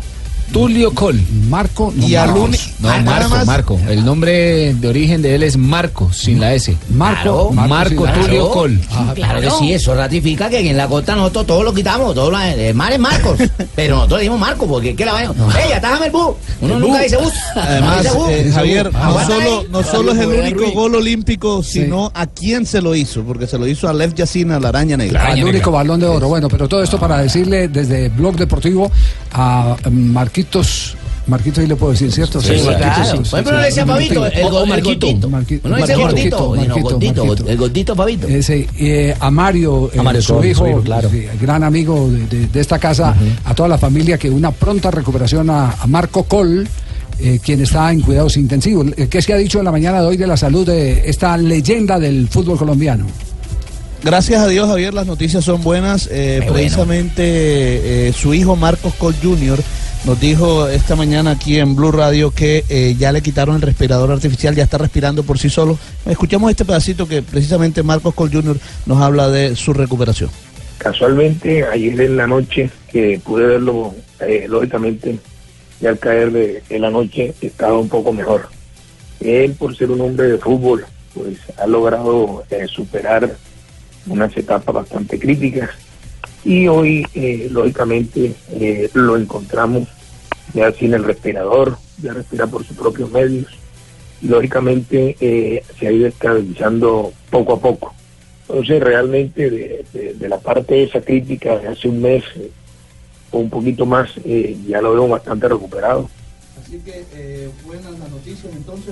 Speaker 4: Tulio Col. Marco no,
Speaker 15: Y al
Speaker 4: Marcos.
Speaker 15: uni- No,
Speaker 4: Ah, nada
Speaker 15: Marco,
Speaker 4: más.
Speaker 15: Marco. El nombre de origen de él es Marco, sin la S.
Speaker 4: Marco,
Speaker 15: Marco, Tulio Col.
Speaker 11: Ah, Claro que sí, eso ratifica que aquí en la costa nosotros todos lo quitamos, todos lo- el mar es Marcos, pero nosotros decimos Marco porque es que la vaina. ¡Ey, atájame el bus! Uno
Speaker 15: El
Speaker 11: nunca
Speaker 15: bus.
Speaker 11: dice bus.
Speaker 15: Además,
Speaker 11: Dice bus.
Speaker 15: eh, Javier, no
Speaker 11: Aguanta
Speaker 15: solo,
Speaker 11: ahí.
Speaker 15: no solo es el único gol olímpico,
Speaker 4: Sí.
Speaker 15: sino a quién se lo hizo, porque se lo hizo a Lev Yacina, la araña negra.
Speaker 4: Al único balón de oro. Bueno, pero todo esto para decirle desde Blog Deportivo a Marquitos. Marquitos, y le puedo decir, ¿cierto?
Speaker 11: Sí, claro. Por ejemplo, le decía Fabito, el, go- el gordito. Uno dice gordito, bueno, gordito, el gordito Fabito.
Speaker 4: Ese, eh, a Mario, eh,
Speaker 11: A Mario
Speaker 4: su,
Speaker 11: Sol,
Speaker 4: hijo,
Speaker 11: su hijo, claro.
Speaker 4: sí, el gran amigo de, de- de esta casa, a toda la familia, que una pronta recuperación a, a Marco Col. eh, quien está en cuidados intensivos. Eh, ¿Qué se ha dicho en la mañana de hoy de la salud de esta leyenda del fútbol colombiano?
Speaker 15: Gracias a Dios, Javier, las noticias son buenas. Eh, precisamente eh, su hijo Marcos Cole Jr. nos dijo esta mañana aquí en Blue Radio que eh, ya le quitaron el respirador artificial, ya está respirando por sí solo. Escuchamos este pedacito que precisamente Marcos Cole Jr. nos habla de su recuperación.
Speaker 17: Casualmente, ayer en la noche, que pude verlo, eh, lógicamente, y al caer de, en la noche estaba un poco mejor. Él, por ser un hombre de fútbol, pues ha logrado eh, superar unas etapas bastante críticas y hoy, eh, lógicamente, eh, lo encontramos ya sin el respirador, ya respira por sus propios medios y lógicamente eh, se ha ido estabilizando poco a poco. Entonces, realmente, de, de- de la parte de esa crítica de hace un mes eh, o un poquito más, eh, ya lo vemos bastante recuperado.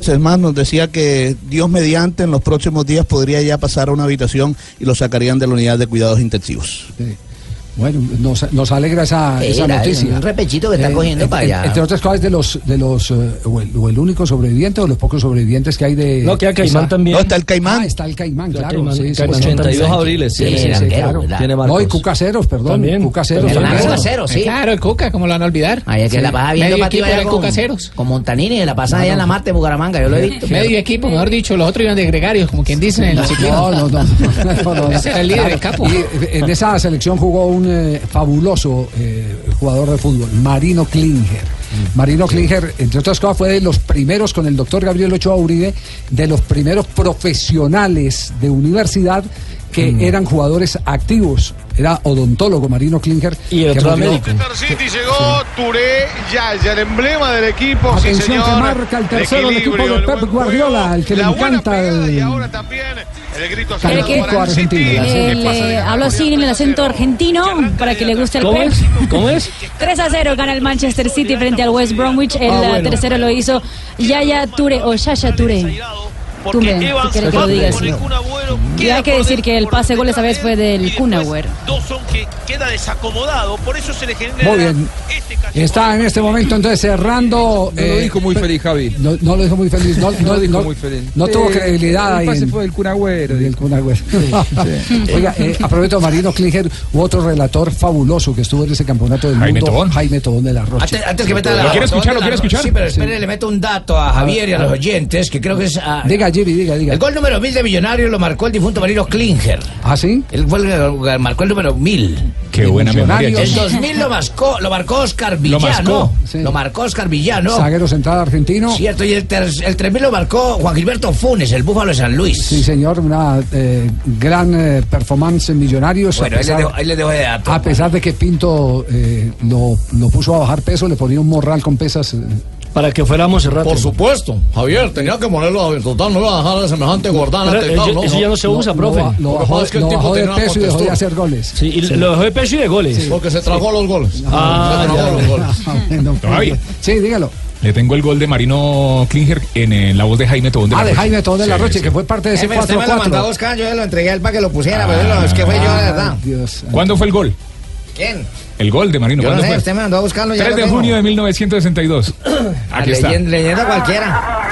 Speaker 15: Es más, nos decía que Dios mediante en los próximos días podría ya pasar a una habitación y lo sacarían de la unidad de cuidados intensivos.
Speaker 4: Bueno, nos, nos alegra esa, esa
Speaker 15: Era,
Speaker 4: noticia. Eh,
Speaker 15: un repechito que está cogiendo para allá.
Speaker 4: Entre otras cosas, de los, de los eh, o, el, o el único sobreviviente o los pocos sobrevivientes que hay de.
Speaker 18: No, queda Caimán
Speaker 4: esa-
Speaker 18: también. No, está
Speaker 15: el Caimán.
Speaker 4: Ah, está el Caimán,
Speaker 18: Está el
Speaker 4: claro.
Speaker 18: Caimán,
Speaker 4: sí, sí,
Speaker 18: Caimán
Speaker 4: 82
Speaker 18: también. Sí,
Speaker 4: Sí, sí,
Speaker 18: el
Speaker 4: sí,
Speaker 18: arquero,
Speaker 4: claro.
Speaker 18: tiene Marcos.
Speaker 4: No, y Cucaseros, perdón.
Speaker 18: También.
Speaker 4: Cucaseros.
Speaker 5: El
Speaker 4: también.
Speaker 5: Cucacero, sí. Claro, el Cuca, como lo van a olvidar.
Speaker 11: Ahí es que
Speaker 5: Sí.
Speaker 11: la pasa viendo
Speaker 5: Medio
Speaker 11: Pati
Speaker 5: equipo
Speaker 11: Vega
Speaker 5: era
Speaker 11: con,
Speaker 5: Cucaseros.
Speaker 11: con Montanini, la pasa allá en la Marte, Bucaramanga, yo lo he visto.
Speaker 5: Medio equipo, mejor dicho, los otros iban de gregarios, como quien dicen en el ciclismo.
Speaker 4: No, no, no. no, no, no.
Speaker 5: Ese era el líder,
Speaker 4: Claro,
Speaker 5: el capo.
Speaker 4: y, eh, en esa selección jugó un eh, fabuloso eh, jugador de fútbol, Marino Klinger.
Speaker 5: Mm.
Speaker 4: Marino Klinger, entre otras cosas, fue de los primeros, con el doctor Gabriel Ochoa Uribe, de los primeros profesionales de universidad que
Speaker 5: Mm.
Speaker 4: eran jugadores activos. Era odontólogo Marino Klinger. Y
Speaker 21: otro Manchester City llegó Touré, ya, ya el emblema del equipo. sí,
Speaker 4: Atención que
Speaker 21: señor.
Speaker 4: marca el tercero del equipo
Speaker 21: equilibrio,
Speaker 4: de
Speaker 21: el
Speaker 4: Pep
Speaker 21: buen
Speaker 4: Guardiola, el que le
Speaker 21: la buena
Speaker 4: encanta el,
Speaker 21: El grito
Speaker 4: Tal
Speaker 21: sonado
Speaker 4: equipo
Speaker 21: para el City.
Speaker 4: argentino.
Speaker 14: Eh,
Speaker 21: ¿Qué pasa?
Speaker 14: le hablo así en el acento argentino para que le guste el
Speaker 21: ¿Cómo
Speaker 14: Pep.
Speaker 21: es? ¿Cómo es?
Speaker 14: 3 a 0 gana el Manchester City frente al West Bromwich. El
Speaker 21: Ah, bueno.
Speaker 14: eh, tercero lo hizo Yaya Ture o Yaya Ture. Ture, si quieres que lo diga así. Y hay que decir que el pase gol esa vez fue del Kun Agüero.
Speaker 21: Dos son que queda desacomodado, por eso se le genera
Speaker 4: Muy bien. Está en este momento entonces cerrando. eh,
Speaker 13: No lo dijo muy feliz, Javi.
Speaker 4: No, no lo dijo muy feliz. No,
Speaker 13: No
Speaker 4: no-
Speaker 13: lo dijo
Speaker 4: no-
Speaker 13: muy feliz.
Speaker 4: No tuvo
Speaker 13: Eh,
Speaker 4: credibilidad
Speaker 13: el
Speaker 4: ahí.
Speaker 13: pase
Speaker 4: en-
Speaker 13: fue del Kun Agüero,
Speaker 4: del Kun Agüero. Oiga, eh, a propósito de Marino Klinger, hubo otro relator fabuloso que estuvo en ese campeonato del
Speaker 13: Jaime
Speaker 4: mundo,
Speaker 13: Tobón.
Speaker 4: Jaime Tobón de la Rocha.
Speaker 11: Antes, antes que meta la- Sí, pero espere, le meto un dato a Javier y a los oyentes, que creo que es... ah,
Speaker 4: Diga, Jimmy, diga, diga.
Speaker 11: El gol número 1000 de Millonarios lo marcó el difunto Marino Klinger.
Speaker 4: ¿Ah, sí?
Speaker 11: Él fue el que marcó el número 1000.
Speaker 4: Qué buena memoria,
Speaker 11: El
Speaker 4: Jimmy.
Speaker 11: 2000 lo, mascó, lo marcó Oscar Villano.
Speaker 4: mascó, sí.
Speaker 11: Lo marcó Oscar Villano.
Speaker 4: Zaguero central argentino.
Speaker 11: Cierto, y el, ter- el 3000 lo marcó Juan Gilberto Funes, el búfalo de San Luis.
Speaker 4: Sí, señor, una eh, gran eh, performance en Millonarios. a
Speaker 11: Bueno, ahí les
Speaker 4: pesar-
Speaker 11: dejo- ahí les dejo de dato.
Speaker 4: A pesar de que Pinto eh, lo, lo puso a bajar peso, le ponía un morral con pesas. eh.
Speaker 3: Para que fuéramos cerrados.
Speaker 22: Por supuesto, Javier, tenía que ponerlo a total, no iba a dejar a semejante gordana.
Speaker 3: Pero eso- eso ya no se usa, profe.
Speaker 22: Lo, que
Speaker 3: Lo
Speaker 22: pasa
Speaker 3: bajó-
Speaker 22: es que el
Speaker 3: lo
Speaker 22: tipo
Speaker 3: bajó de
Speaker 22: tenía una
Speaker 3: peso y dejó de
Speaker 22: contextura.
Speaker 4: hacer goles.
Speaker 3: Sí, y lo dejó de pecho y de goles.
Speaker 22: Porque se tragó los goles.
Speaker 3: Ah,
Speaker 22: se tragó
Speaker 3: ya.
Speaker 22: los goles.
Speaker 4: No,
Speaker 20: Javi.
Speaker 4: Sí, dígalo.
Speaker 20: Le tengo el gol de Marino Klinger en, eh, la voz de Jaime Tobón de la
Speaker 4: Ah, de
Speaker 20: Rocha.
Speaker 4: Jaime Tobón de la
Speaker 20: Sí,
Speaker 4: Roche,
Speaker 20: sí.
Speaker 4: que fue parte de ese
Speaker 11: Jefe, usted me lo mandó a
Speaker 4: 4-4.
Speaker 11: buscar, yo se lo entregué a él para que lo pusiera, pero es que fue yo, la verdad.
Speaker 20: ¿Cuándo fue el gol?
Speaker 11: ¿Quién?
Speaker 20: El gol de Marino.
Speaker 11: Yo no
Speaker 20: ¿Cuándo
Speaker 11: sé,
Speaker 20: fue?
Speaker 4: este
Speaker 11: usted me mandó a buscarlo. ya
Speaker 20: 3
Speaker 11: lo
Speaker 20: de
Speaker 11: tengo.
Speaker 20: junio de 1962.
Speaker 11: Ah,
Speaker 20: Aquí está.
Speaker 11: Leyenda, leyenda cualquiera.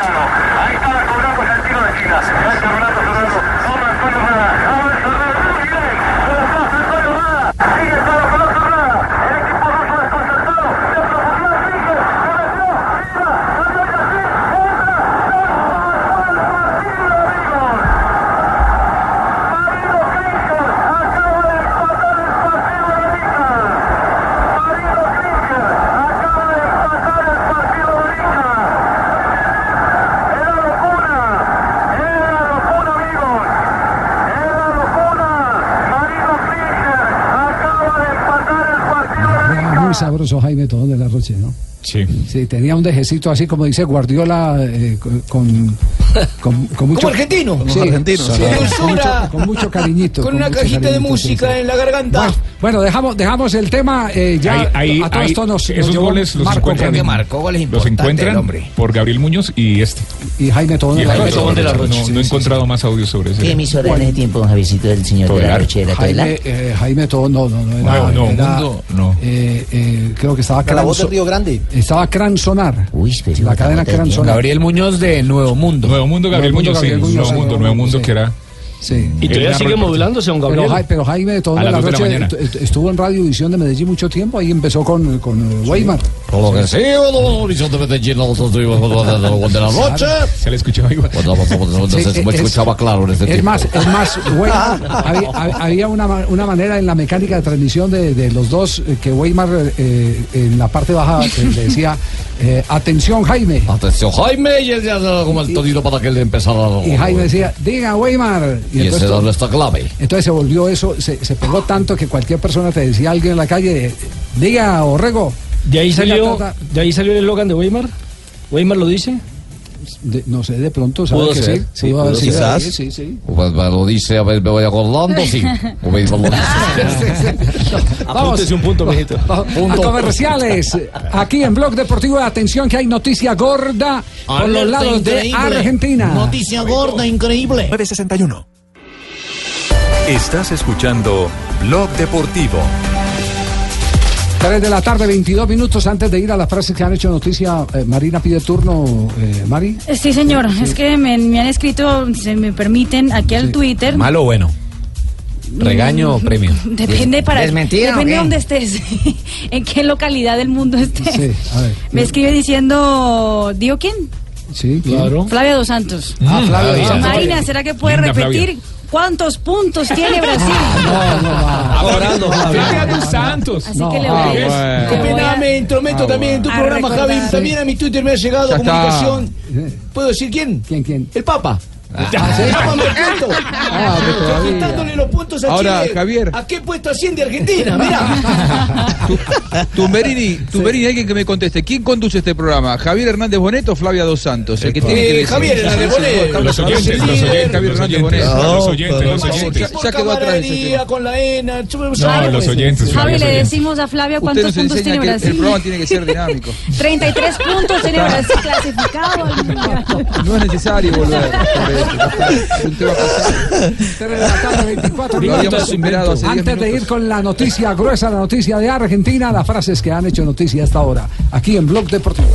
Speaker 4: Era Muy sabroso Jaime Tobón de la Roche, ¿no?
Speaker 20: Sí.
Speaker 4: Sí, tenía un dejecito así como dice Guardiola eh, con, con, con- con mucho...
Speaker 11: Como argentino.
Speaker 4: Sí,
Speaker 11: Como argentino.
Speaker 4: sí,
Speaker 11: Con
Speaker 4: con, mucho,
Speaker 11: dulzura.
Speaker 4: con mucho cariñito.
Speaker 11: Con una
Speaker 4: mucho
Speaker 11: cajita de
Speaker 4: cariñito, sí, sí.
Speaker 11: música en la garganta.
Speaker 4: Bueno, bueno, dejamos, dejamos el tema. eh, ya
Speaker 20: Ahí- ahí-
Speaker 4: a todos
Speaker 20: ahí
Speaker 4: estos nos, nos
Speaker 20: esos
Speaker 4: llevó
Speaker 20: goles los
Speaker 4: Marco
Speaker 20: encuentran.
Speaker 4: Antonio
Speaker 20: los encuentran por Gabriel Muñoz y este.
Speaker 4: Y Jaime Tobón
Speaker 20: Y
Speaker 4: de la
Speaker 20: Jaime
Speaker 4: Roche.
Speaker 20: Tobón de la Rocha. No, no he encontrado más audio sobre ese.
Speaker 4: ¿Qué emisora
Speaker 8: en ese tiempo, don Javicito, el señor de la
Speaker 20: Todelar.
Speaker 8: Rochera? ¿Todelar?
Speaker 4: Jaime, eh, Jaime Tobón, no, no, no era.
Speaker 20: No, no,
Speaker 4: era,
Speaker 20: mundo, no.
Speaker 4: eh, eh, creo que estaba
Speaker 7: Era la voz
Speaker 4: Cranzo-
Speaker 7: de Río Grande.
Speaker 4: Estaba Cran Sonar. la cadena Cran Sonar.
Speaker 20: Muñoz de Nuevo Mundo. Nuevo Mundo, Gabriel
Speaker 4: Nuevo Mundo,
Speaker 20: Muñoz. sí,
Speaker 4: Gabriel Muñoz,
Speaker 20: Nuevo
Speaker 4: sí,
Speaker 20: Mundo,
Speaker 4: Nuevo
Speaker 20: Nuevo
Speaker 4: Mundo,
Speaker 20: Mundo, que era
Speaker 4: Sí.
Speaker 3: Y todavía sigue modulándose, don Gabriel.
Speaker 4: Pero, Jai- pero Jaime de toda
Speaker 3: A
Speaker 4: la,
Speaker 3: las dos de la
Speaker 4: noche
Speaker 3: mañana.
Speaker 4: est- est- estuvo en Radio Visión de Medellín mucho tiempo, ahí empezó con, con eh, Weimar.
Speaker 22: Con lo que sí, bueno, Horizonte Medellín, nosotros tuvimos el de la noche. Pues,
Speaker 20: Se le escuchaba igual.
Speaker 4: Sí,
Speaker 22: Me
Speaker 4: es-
Speaker 22: escuchaba claro en ese
Speaker 4: Es
Speaker 22: tiempo.
Speaker 4: más, es más, Weimar, había, hab- había una, ma- una manera en la mecánica de transmisión de, de los dos eh, que Weimar eh, en la parte baja eh, le decía, eh, atención Jaime.
Speaker 22: Atención, Jaime, y él ya daba como el tonito para que él empezara a.
Speaker 4: Y Jaime decía, diga Weimar.
Speaker 22: Y ese
Speaker 4: entonces-
Speaker 22: era nuestra clave.
Speaker 4: Entonces se volvió eso, se, se pegó tanto que cualquier persona te decía a alguien en la calle, diga Orrego.
Speaker 3: De ahí
Speaker 4: diga
Speaker 3: salió,
Speaker 4: tata".
Speaker 3: de ahí salió el eslogan de Weimar. Weimar lo dice.
Speaker 4: De- no sé, de pronto sabe
Speaker 22: Pudo
Speaker 4: que
Speaker 22: ser,
Speaker 4: sí.
Speaker 22: sí,
Speaker 4: pudo haber
Speaker 22: pudo
Speaker 4: sido
Speaker 22: ser.
Speaker 4: ahí,
Speaker 22: Quizás.
Speaker 4: sí, sí.
Speaker 22: Pues me lo dice, a ver, me voy acordando, sí. Me lo dice.
Speaker 4: Ah, Apúntese un punto, mijito. A comerciales, aquí en Blog Deportivo, atención que hay noticia gorda por los
Speaker 9: Alerta
Speaker 4: lados de
Speaker 9: increíble.
Speaker 4: Argentina.
Speaker 9: Noticia
Speaker 4: gorda, increíble.
Speaker 16: 961. Estás escuchando Blog Deportivo.
Speaker 4: 3 de la tarde, 22 minutos antes de ir a las frases que han hecho noticia. eh, Marina pide turno, eh, Mari.
Speaker 14: Sí, señor. Es que me, me han escrito, si me permiten, aquí al Twitter.
Speaker 6: ¿Malo o bueno? ¿Regaño o premio?
Speaker 14: Depende para.
Speaker 6: ¿Desmentida o
Speaker 14: Depende
Speaker 6: qué?
Speaker 14: de dónde estés. en qué localidad del mundo estés.
Speaker 4: a ver.
Speaker 14: Me escribe diciendo. ¿Dio quién?
Speaker 4: Sí,
Speaker 14: Claro. Flavia Dos Santos.
Speaker 4: Ah, Flavia Dos Santos.
Speaker 14: Marina, ¿será que puede
Speaker 4: Linda
Speaker 14: repetir
Speaker 4: Flavia.
Speaker 14: cuántos puntos tiene Brasil?
Speaker 9: Cobrando,
Speaker 4: Flavia
Speaker 9: Flavia dos
Speaker 4: Santos.
Speaker 9: Así que le voy a
Speaker 22: bueno.
Speaker 9: le voy a-
Speaker 22: Perdóname, intrometo
Speaker 9: Ah,
Speaker 22: también en tu
Speaker 9: a
Speaker 22: programa,
Speaker 9: recordar.
Speaker 22: Javi. También a mi Twitter me ha llegado
Speaker 9: Ya está.
Speaker 22: comunicación. ¿Puedo decir quién?
Speaker 4: ¿Quién, quién?
Speaker 22: El Papa.
Speaker 9: Ah, ¿sí?
Speaker 22: El Papa Mercanto.
Speaker 9: hombre,
Speaker 22: Está
Speaker 9: todavía.
Speaker 22: quitándole los puntos a
Speaker 13: Ahora,
Speaker 22: Chile.
Speaker 13: Javier.
Speaker 22: ¿A qué puesto asciende Argentina? Mirá.
Speaker 13: Tumberini, Tumberini, alguien que me conteste. ¿Quién conduce este programa? ¿Javier Hernández Bonet o Flavia Dos Santos? El que tiene que
Speaker 22: Eh,
Speaker 13: decir.
Speaker 22: Javier Hernández Bonet.
Speaker 13: Los oyentes, los oyentes, Javier Hernández Bonet.
Speaker 21: Los oyentes, los oyentes.
Speaker 13: Ya quedó atrás ese tema.
Speaker 22: Día con la ENA. No,
Speaker 21: No, los oyentes.
Speaker 14: Javi,
Speaker 21: Flavia,
Speaker 14: le
Speaker 21: los oyentes.
Speaker 14: decimos a Flavia
Speaker 13: Usted
Speaker 14: cuántos
Speaker 13: nos
Speaker 14: puntos
Speaker 13: enseña que
Speaker 14: tiene
Speaker 13: el- el
Speaker 14: Brasil.
Speaker 13: programa tiene que ser dinámico.
Speaker 14: 33 puntos tiene
Speaker 13: Está.
Speaker 14: Brasil clasificado al mundial.
Speaker 13: No es necesario volver. Es un tema pasado.
Speaker 4: 24
Speaker 13: Lo habíamos
Speaker 4: minutos.
Speaker 13: superado hace diez
Speaker 4: Antes de ir con la noticia gruesa, la noticia de Argentina, las frases que han hecho noticia hasta ahora, aquí en Blog Deportivo.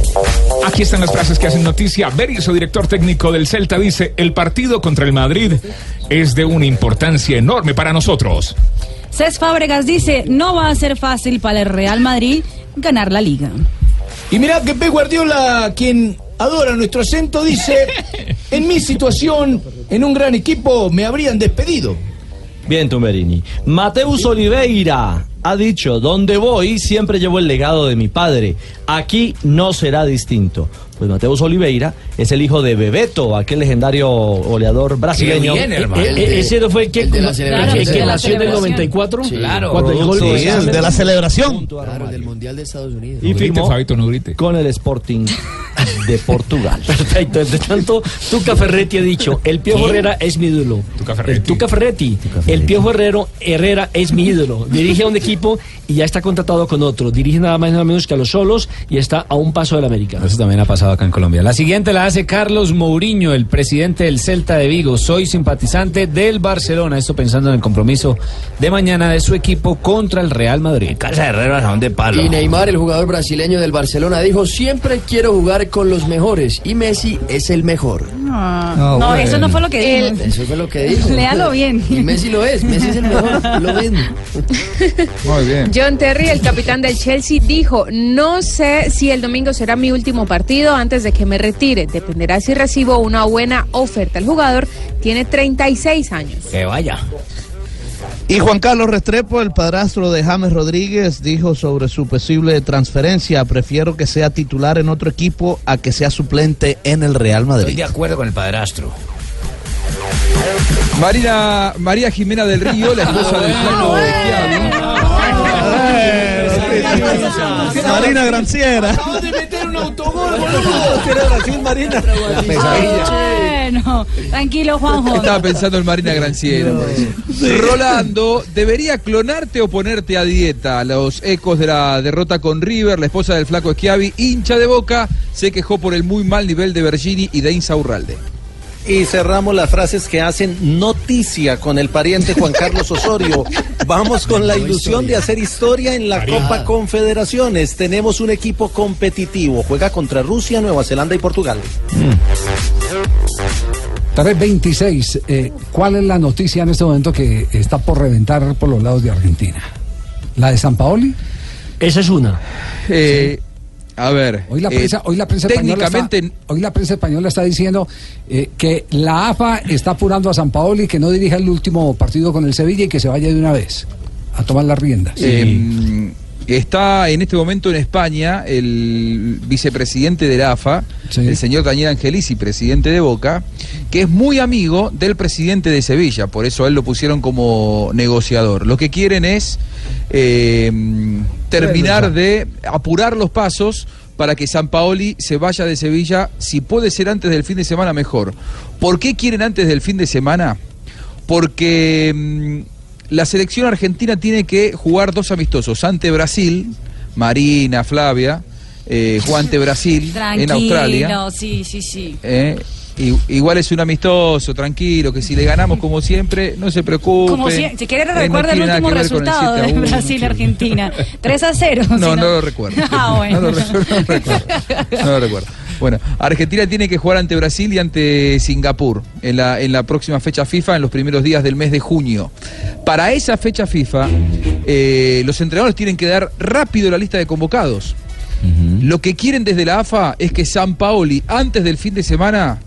Speaker 23: Aquí están las frases que hacen noticia. Berizzo, director técnico del Celta, dice, el partido contra el Madrid es de una importancia enorme para nosotros.
Speaker 14: Cés Fábregas dice, no va a ser fácil para el Real Madrid ganar la liga.
Speaker 22: Y mirá que Pep Guardiola, quien adora nuestro acento, dice, en mi situación, en un gran equipo, me habrían despedido.
Speaker 18: Bien, Tumberini. Mateus Oliveira ha dicho, donde voy siempre llevo el legado de mi padre. Aquí no será distinto. Pues Mateus Oliveira es el hijo de Bebeto, aquel legendario goleador brasileño. E,
Speaker 3: Eh, eh, ese no fue el que,
Speaker 18: el de la
Speaker 3: el
Speaker 18: celebración.
Speaker 3: que- que
Speaker 18: Claro,
Speaker 3: nació en el
Speaker 18: celebración.
Speaker 3: 94.
Speaker 18: Sí. Claro.
Speaker 3: Cuando llegó el
Speaker 18: Sí,
Speaker 3: gol.
Speaker 18: el de la
Speaker 15: celebración.
Speaker 11: Claro, del Mundial de Estados Unidos.
Speaker 18: Y firmó con el Sporting de Portugal.
Speaker 3: Perfecto, entre tanto, Tuca Ferretti ha dicho, el Piojo
Speaker 18: ¿Quién?
Speaker 3: Herrera es mi ídolo.
Speaker 23: Tuca
Speaker 3: El Tuca Ferretti, el Piojo Herrero, Herrera es mi ídolo. Dirige a un equipo y ya está contratado con otro. Dirige nada más y nada menos que a los solos y está a un paso del América.
Speaker 6: Eso también ha pasado acá en Colombia. La siguiente la hace Carlos Mourinho, el presidente del Celta de Vigo. Soy simpatizante del Barcelona. Esto pensando en el compromiso de mañana de su equipo contra el Real Madrid. Casa de Herrera, de palo.
Speaker 24: Y Neymar, el jugador brasileño del Barcelona, dijo, siempre quiero jugar con los mejores y Messi es el mejor.
Speaker 14: No,
Speaker 24: bueno.
Speaker 14: eso no fue lo que
Speaker 24: Él-
Speaker 14: dijo.
Speaker 24: Eso fue lo que dijo.
Speaker 14: Léalo bien.
Speaker 24: Y Messi lo es, Messi es el mejor, lo ven.
Speaker 13: Muy bien.
Speaker 10: John Terry, el capitán del Chelsea, dijo, no sé si el domingo será mi último partido antes de que me retire. Dependerá si recibo una buena oferta. El jugador tiene 36 años.
Speaker 15: Que vaya. Y Juan Carlos Restrepo, el padrastro de James Rodríguez, dijo sobre su posible transferencia, prefiero que sea titular en otro equipo a que sea suplente en el Real Madrid.
Speaker 6: de acuerdo con el padrastro.
Speaker 13: Marina, María Jimena del Río, la esposa
Speaker 15: Ah,
Speaker 13: del flaco de Quiablo.
Speaker 15: Marina Granciera.
Speaker 22: Acabas de meter un autogol, boludo. Marina.
Speaker 14: Bueno, tranquilo, Juanjo.
Speaker 13: Estaba pensando en Marina Granciera. por eso. Rolando, ¿debería clonarte o ponerte a dieta? Los ecos de la derrota con River, la esposa del flaco Esquiavi, hincha de boca, se quejó por el muy mal nivel de Bergini y de Insaurralde.
Speaker 7: Y cerramos las frases que hacen noticia con el pariente Juan Carlos Osorio. Vamos con la ilusión de hacer historia en la Copa Confederaciones. Tenemos un equipo competitivo. Juega contra Rusia, Nueva Zelanda y Portugal.
Speaker 4: 326. eh, ¿Cuál es la noticia en este momento que está por reventar por los lados de Argentina? ¿La de San Paoli?
Speaker 3: Esa es una.
Speaker 13: Eh, A ver.
Speaker 4: Hoy la
Speaker 13: eh,
Speaker 4: prensa, hoy la prensa española
Speaker 13: técnicamente,
Speaker 4: está, hoy la prensa española está diciendo eh, que la AFA está apurando a San Paoli que no dirija el último partido con el Sevilla y que se vaya de una vez a tomar las riendas.
Speaker 13: Eh, está en este momento en España el vicepresidente del AFA, el señor Daniel Angelici, presidente de Boca, que es muy amigo del presidente de Sevilla, por eso a él lo pusieron como negociador. Lo que quieren es eh, terminar de apurar los pasos para que San Paoli se vaya de Sevilla, si puede ser antes del fin de semana mejor. ¿Por qué quieren antes del fin de semana? porque mm, la selección argentina tiene que jugar dos amistosos ante Brasil, Marina, Flavia, eh, jugó ante Brasil en Australia.
Speaker 1: sí, sí, sí.
Speaker 13: eh, i- igual es un amistoso, tranquilo, que si le ganamos como siempre, no se preocupe.
Speaker 1: Como si, si quieres
Speaker 13: eh, no
Speaker 1: recuerda el
Speaker 13: tiene nada
Speaker 1: último
Speaker 13: que ver con el
Speaker 1: resultado
Speaker 13: 7 a
Speaker 1: de
Speaker 13: 1.
Speaker 1: Brasil-Argentina. 3 a 0.
Speaker 13: No, no lo recuerdo.
Speaker 1: Ah, bueno.
Speaker 13: No lo recuerdo. no lo recuerdo. No lo recuerdo. Bueno, Argentina tiene que jugar ante Brasil y ante Singapur en la, en la próxima fecha FIFA, en los primeros días del mes de junio. Para esa fecha FIFA, eh, los entrenadores tienen que dar rápido la lista de convocados. Lo que quieren desde la AFA es que San Paoli, antes del fin de semana,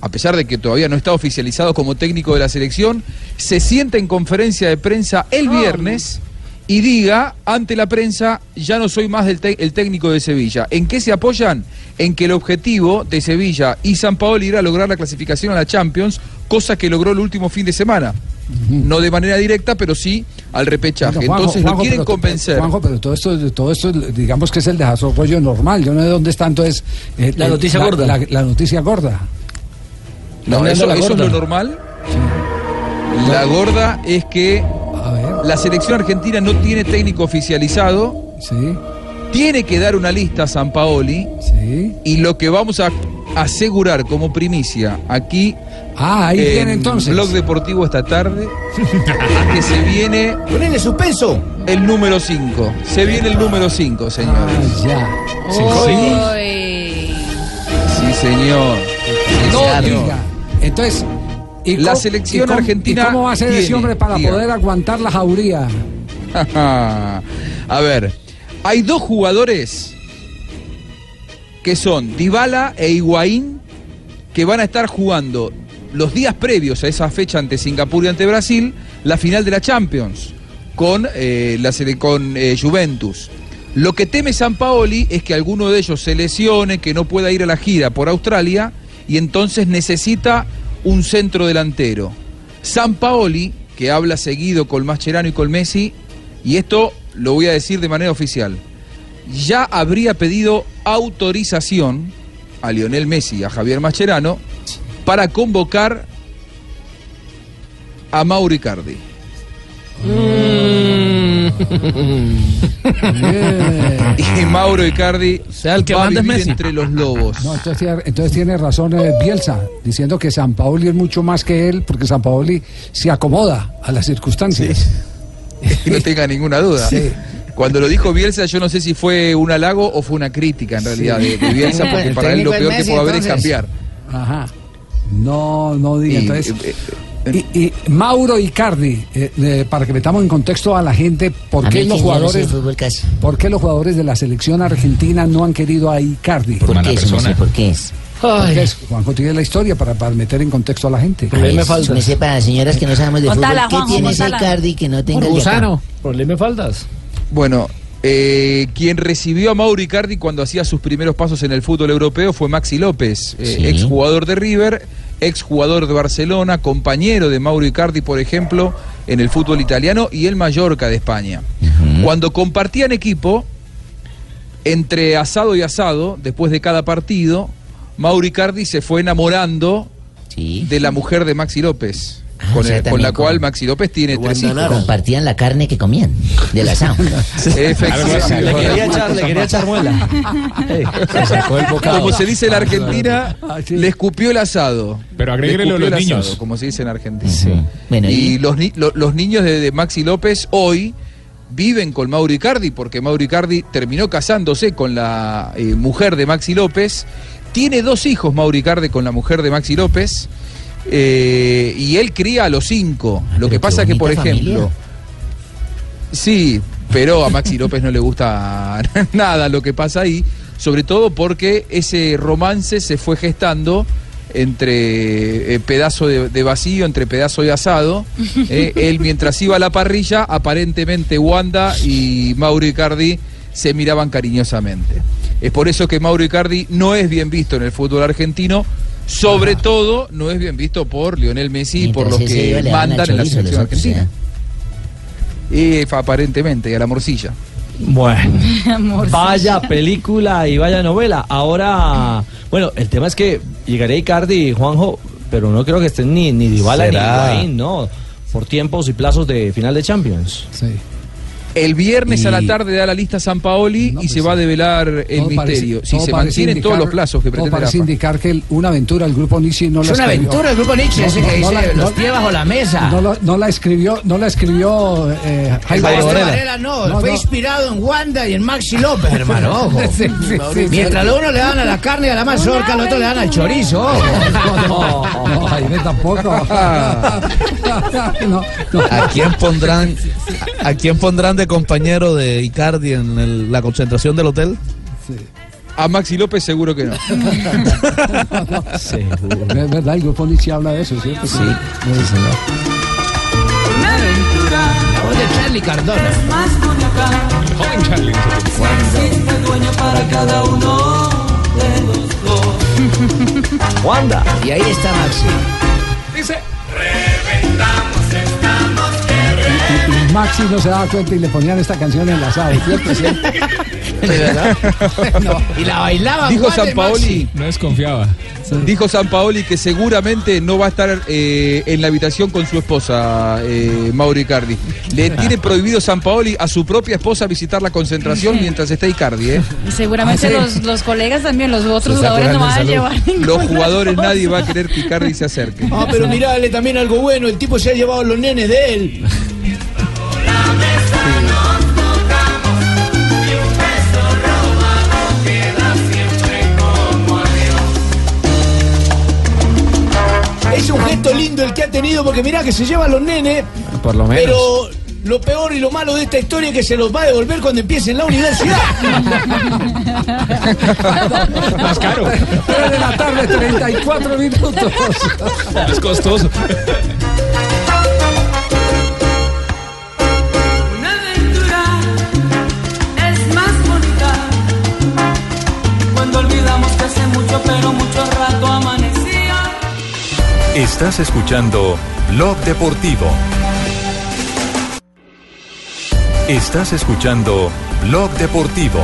Speaker 13: a pesar de que todavía no está oficializado como técnico de la selección, se sienta en conferencia de prensa el viernes y diga ante la prensa, ya no soy más del te- el técnico de Sevilla. ¿En qué se apoyan? En que el objetivo de Sevilla y San Paolo era lograr la clasificación a la Champions, cosa que logró el último fin de semana. No de manera directa, pero sí al repechaje.
Speaker 4: Venga, Juanjo,
Speaker 13: Eh, Entonces lo
Speaker 4: Juanjo,
Speaker 13: quieren
Speaker 4: pero-
Speaker 13: convencer.
Speaker 4: Juanjo, pero todo esto, todo esto, digamos que es el desarrollo normal. Yo no sé dónde está entonces eh,
Speaker 3: La
Speaker 4: eh,
Speaker 3: noticia gorda.
Speaker 4: La, la noticia gorda.
Speaker 13: No,
Speaker 4: Hablando
Speaker 13: eso,
Speaker 4: la
Speaker 13: eso es
Speaker 4: gorda.
Speaker 13: lo normal. La gorda es que la selección argentina no tiene técnico oficializado. Tiene que dar una lista a San Paoli. Y lo que vamos a asegurar como primicia aquí.
Speaker 4: Ah, ahí viene entonces.
Speaker 13: Blog Deportivo esta tarde. que se viene.
Speaker 22: Ponele suspenso.
Speaker 13: El número 5. Se viene el número 5, señores.
Speaker 4: Ah,
Speaker 13: Sí, sí. Sí, señor. Sí,
Speaker 4: No
Speaker 13: señor.
Speaker 4: diga. Entonces, ¿y
Speaker 13: La
Speaker 4: cómo-
Speaker 13: selección
Speaker 4: y cómo-
Speaker 13: argentina
Speaker 4: ¿y ¿Cómo va a ser ese
Speaker 13: tiene,
Speaker 4: hombre para
Speaker 13: diga.
Speaker 4: poder aguantar la jauría?
Speaker 13: a ver, hay dos jugadores que son Dybala e Higuaín que van a estar jugando los días previos a esa fecha ante Singapur y ante Brasil la final de la Champions con, eh, la, sele- con eh, Juventus. Lo que teme San Paoli es que alguno de ellos se lesione, que no pueda ir a la gira por Australia y entonces necesita un centro delantero. San Paoli, que habla seguido con Mascherano y con Messi, y esto lo voy a decir de manera oficial, ya habría pedido autorización a Lionel Messi y a Javier Mascherano para convocar a Mauro Icardi.
Speaker 4: Eh.
Speaker 13: y Mauro Icardi va a
Speaker 4: manda es
Speaker 13: vivir
Speaker 4: Messi.
Speaker 13: entre los lobos.
Speaker 4: No, entonces, tiene- entonces tiene razón eh, Bielsa, diciendo que San Paoli es mucho más que él, porque San Paoli se acomoda a las circunstancias.
Speaker 13: no tenga ninguna duda.
Speaker 4: Sí.
Speaker 13: Cuando lo dijo Bielsa, yo no sé si fue un halago o fue una crítica en realidad de, de Bielsa, porque
Speaker 4: El
Speaker 13: para él lo
Speaker 4: técnico
Speaker 13: peor
Speaker 4: es Messi,
Speaker 13: que puede haber es
Speaker 4: entonces.
Speaker 13: cambiar.
Speaker 4: Ajá. No, no diga.
Speaker 13: Y,
Speaker 4: Entonces,
Speaker 13: eh,
Speaker 4: y, y Mauro Icardi, eh, eh, para que metamos en contexto a la gente, ¿por
Speaker 8: A
Speaker 4: qué
Speaker 8: mí
Speaker 4: los
Speaker 8: que ya no sé de
Speaker 4: jugadores, por qué los jugadores de la selección argentina no han querido a Icardi?
Speaker 8: ¿Por qué eso? No sé por qué es.
Speaker 4: Porque es- Juanjo tiene la historia para, para meter en contexto a la gente.
Speaker 8: A ver, súmese para las Pues, señoras que no sabemos de
Speaker 4: Contala,
Speaker 8: fútbol. ¿Qué
Speaker 4: Juanjo,
Speaker 8: tiene ese
Speaker 4: contala.
Speaker 8: Cardi que no tenga el de acá?
Speaker 3: Pues
Speaker 13: Problema faldas. Bueno, eh, quien recibió a Mauro Icardi cuando hacía sus primeros pasos en el fútbol europeo fue Maxi López, eh,
Speaker 8: Sí.
Speaker 13: exjugador de River, exjugador de Barcelona, compañero de Mauro Icardi, por ejemplo, en el fútbol italiano y el Mallorca de España. Cuando compartían equipo, entre asado y asado, después de cada partido, Mauro Icardi se fue enamorando de la mujer de Maxi López,
Speaker 8: Ah, o
Speaker 13: con,
Speaker 8: sea,
Speaker 13: el- con
Speaker 8: también
Speaker 13: la
Speaker 8: con-
Speaker 13: cual Maxi López tiene tres hijos.
Speaker 8: Compartían la carne que comían del asado.
Speaker 13: Efectivamente.
Speaker 8: Le quería echar-
Speaker 18: le quería echar muela.
Speaker 13: Como se dice en la Argentina, le escupió el asado.
Speaker 23: Pero
Speaker 13: Le
Speaker 23: agréguele
Speaker 13: escupió
Speaker 23: lo de los
Speaker 13: el asado,
Speaker 23: niños.
Speaker 13: como se dice en Argentina. y los, ni- lo- los niños de, de Maxi López hoy viven con Mauro Icardi, porque Mauro Icardi terminó casándose con la eh, mujer de Maxi López. Tiene dos hijos Mauro Icardi con la mujer de Maxi López. eh, y él cría a los cinco. Lo que pasa que, por
Speaker 11: bonita
Speaker 13: ejemplo, sí, pero a Maxi López no le gusta nada lo que pasa ahí, sobre todo porque ese romance se fue gestando entre eh, pedazo de, de vacío, entre pedazo de asado. Eh, él mientras iba a la parrilla, aparentemente Wanda y Mauro Icardi se miraban cariñosamente. Es por eso que Mauro Icardi no es bien visto en el fútbol argentino, sobre todo no es bien visto por Lionel Messi y por los
Speaker 8: Ah. ese iba,
Speaker 13: que
Speaker 8: le daban a
Speaker 13: mandan en la
Speaker 8: chorizo los
Speaker 13: selección
Speaker 8: otros,
Speaker 13: argentina. Y fa- aparentemente, y a la morcilla.
Speaker 18: Bueno. Vaya película y vaya novela. Ahora, bueno, el tema es que llegaré Icardi y Juanjo, pero no creo que estén ni, ni Dybala ni
Speaker 13: Será.
Speaker 18: Higuaín, no. Por tiempos y plazos de final de Champions.
Speaker 13: El viernes a la
Speaker 18: Y-
Speaker 13: tarde da la lista San Paoli y se va a develar el
Speaker 4: Todo parece-
Speaker 13: misterio. si
Speaker 4: todo
Speaker 13: se
Speaker 4: parece
Speaker 13: mantienen todos
Speaker 4: indicar-
Speaker 13: los plazos que
Speaker 4: todo
Speaker 13: pretende Rafa.
Speaker 4: parece indicar que el- una aventura el grupo Nietzsche no
Speaker 13: Es
Speaker 4: la
Speaker 13: una
Speaker 4: escribió.
Speaker 13: aventura el Grupo Nietzsche, ese que dice,
Speaker 4: la-
Speaker 13: "Los pies bajo la mesa".
Speaker 4: No, la- no la escribió, no la escribió eh,
Speaker 22: Ay,
Speaker 4: Jaime
Speaker 22: Varela.
Speaker 4: Varela.
Speaker 22: Varela no, fue inspirado en Wanda y en Maxi López, hermano. Ojo.
Speaker 4: Sí, sí, sí.
Speaker 22: Mientras a uno le dan a la carne y a la mazorca, al otro le dan al chorizo. Ojo.
Speaker 4: No, Jaime tampoco. No, no.
Speaker 15: ¿A quién pondrán, a quién pondrán de compañero de Icardi en el- la concentración del hotel?
Speaker 13: A Maxi López seguro que no.
Speaker 4: Es verdad, el grupo Nietzsche habla de eso, ¿cierto? Sí, señor.
Speaker 22: Una aventura. de Charlie Cardona.
Speaker 23: Joven Charlie.
Speaker 22: para cada uno de los dos.
Speaker 18: Wanda.
Speaker 22: Y ahí está Maxi.
Speaker 23: Dice.
Speaker 4: Y, y Maxi no se daba cuenta y le ponían esta canción en la sala, ¿cierto? Sí.
Speaker 22: Y la bailaba.
Speaker 13: Dijo
Speaker 22: Juan de
Speaker 13: San Paoli.
Speaker 22: Maxi.
Speaker 13: No desconfiaba. Dijo San Paoli que seguramente no va a estar eh, en la habitación con su esposa, eh, Mauro Icardi. Le tiene prohibido San Paoli a su propia esposa visitar la concentración mientras está Icardi. ¿eh?
Speaker 14: Y seguramente
Speaker 13: Ah, sí.
Speaker 14: los, los colegas también, los
Speaker 13: Se
Speaker 14: otros
Speaker 13: está
Speaker 14: jugadores
Speaker 13: curando
Speaker 14: no
Speaker 13: en
Speaker 14: van a
Speaker 13: salud.
Speaker 14: llevar
Speaker 13: Los
Speaker 14: ninguna
Speaker 13: jugadores,
Speaker 14: cosa.
Speaker 13: nadie va a querer que Icardi se acerque.
Speaker 22: Ah, pero mirá, dale también algo bueno. El tipo se ha llevado los nenes de él. Es un gesto lindo el que ha tenido porque mirá que se lleva a los nenes.
Speaker 6: Por lo menos.
Speaker 22: Pero lo peor y lo malo de esta historia es que se los va a devolver cuando empiecen la universidad.
Speaker 23: Más caro.
Speaker 4: Tres de la tarde, 34 minutos.
Speaker 23: Es costoso.
Speaker 2: Una aventura es más bonita cuando olvidamos que hace mucho, pero mucho rato amanecía.
Speaker 16: Estás escuchando Blog Deportivo. Estás escuchando Blog Deportivo.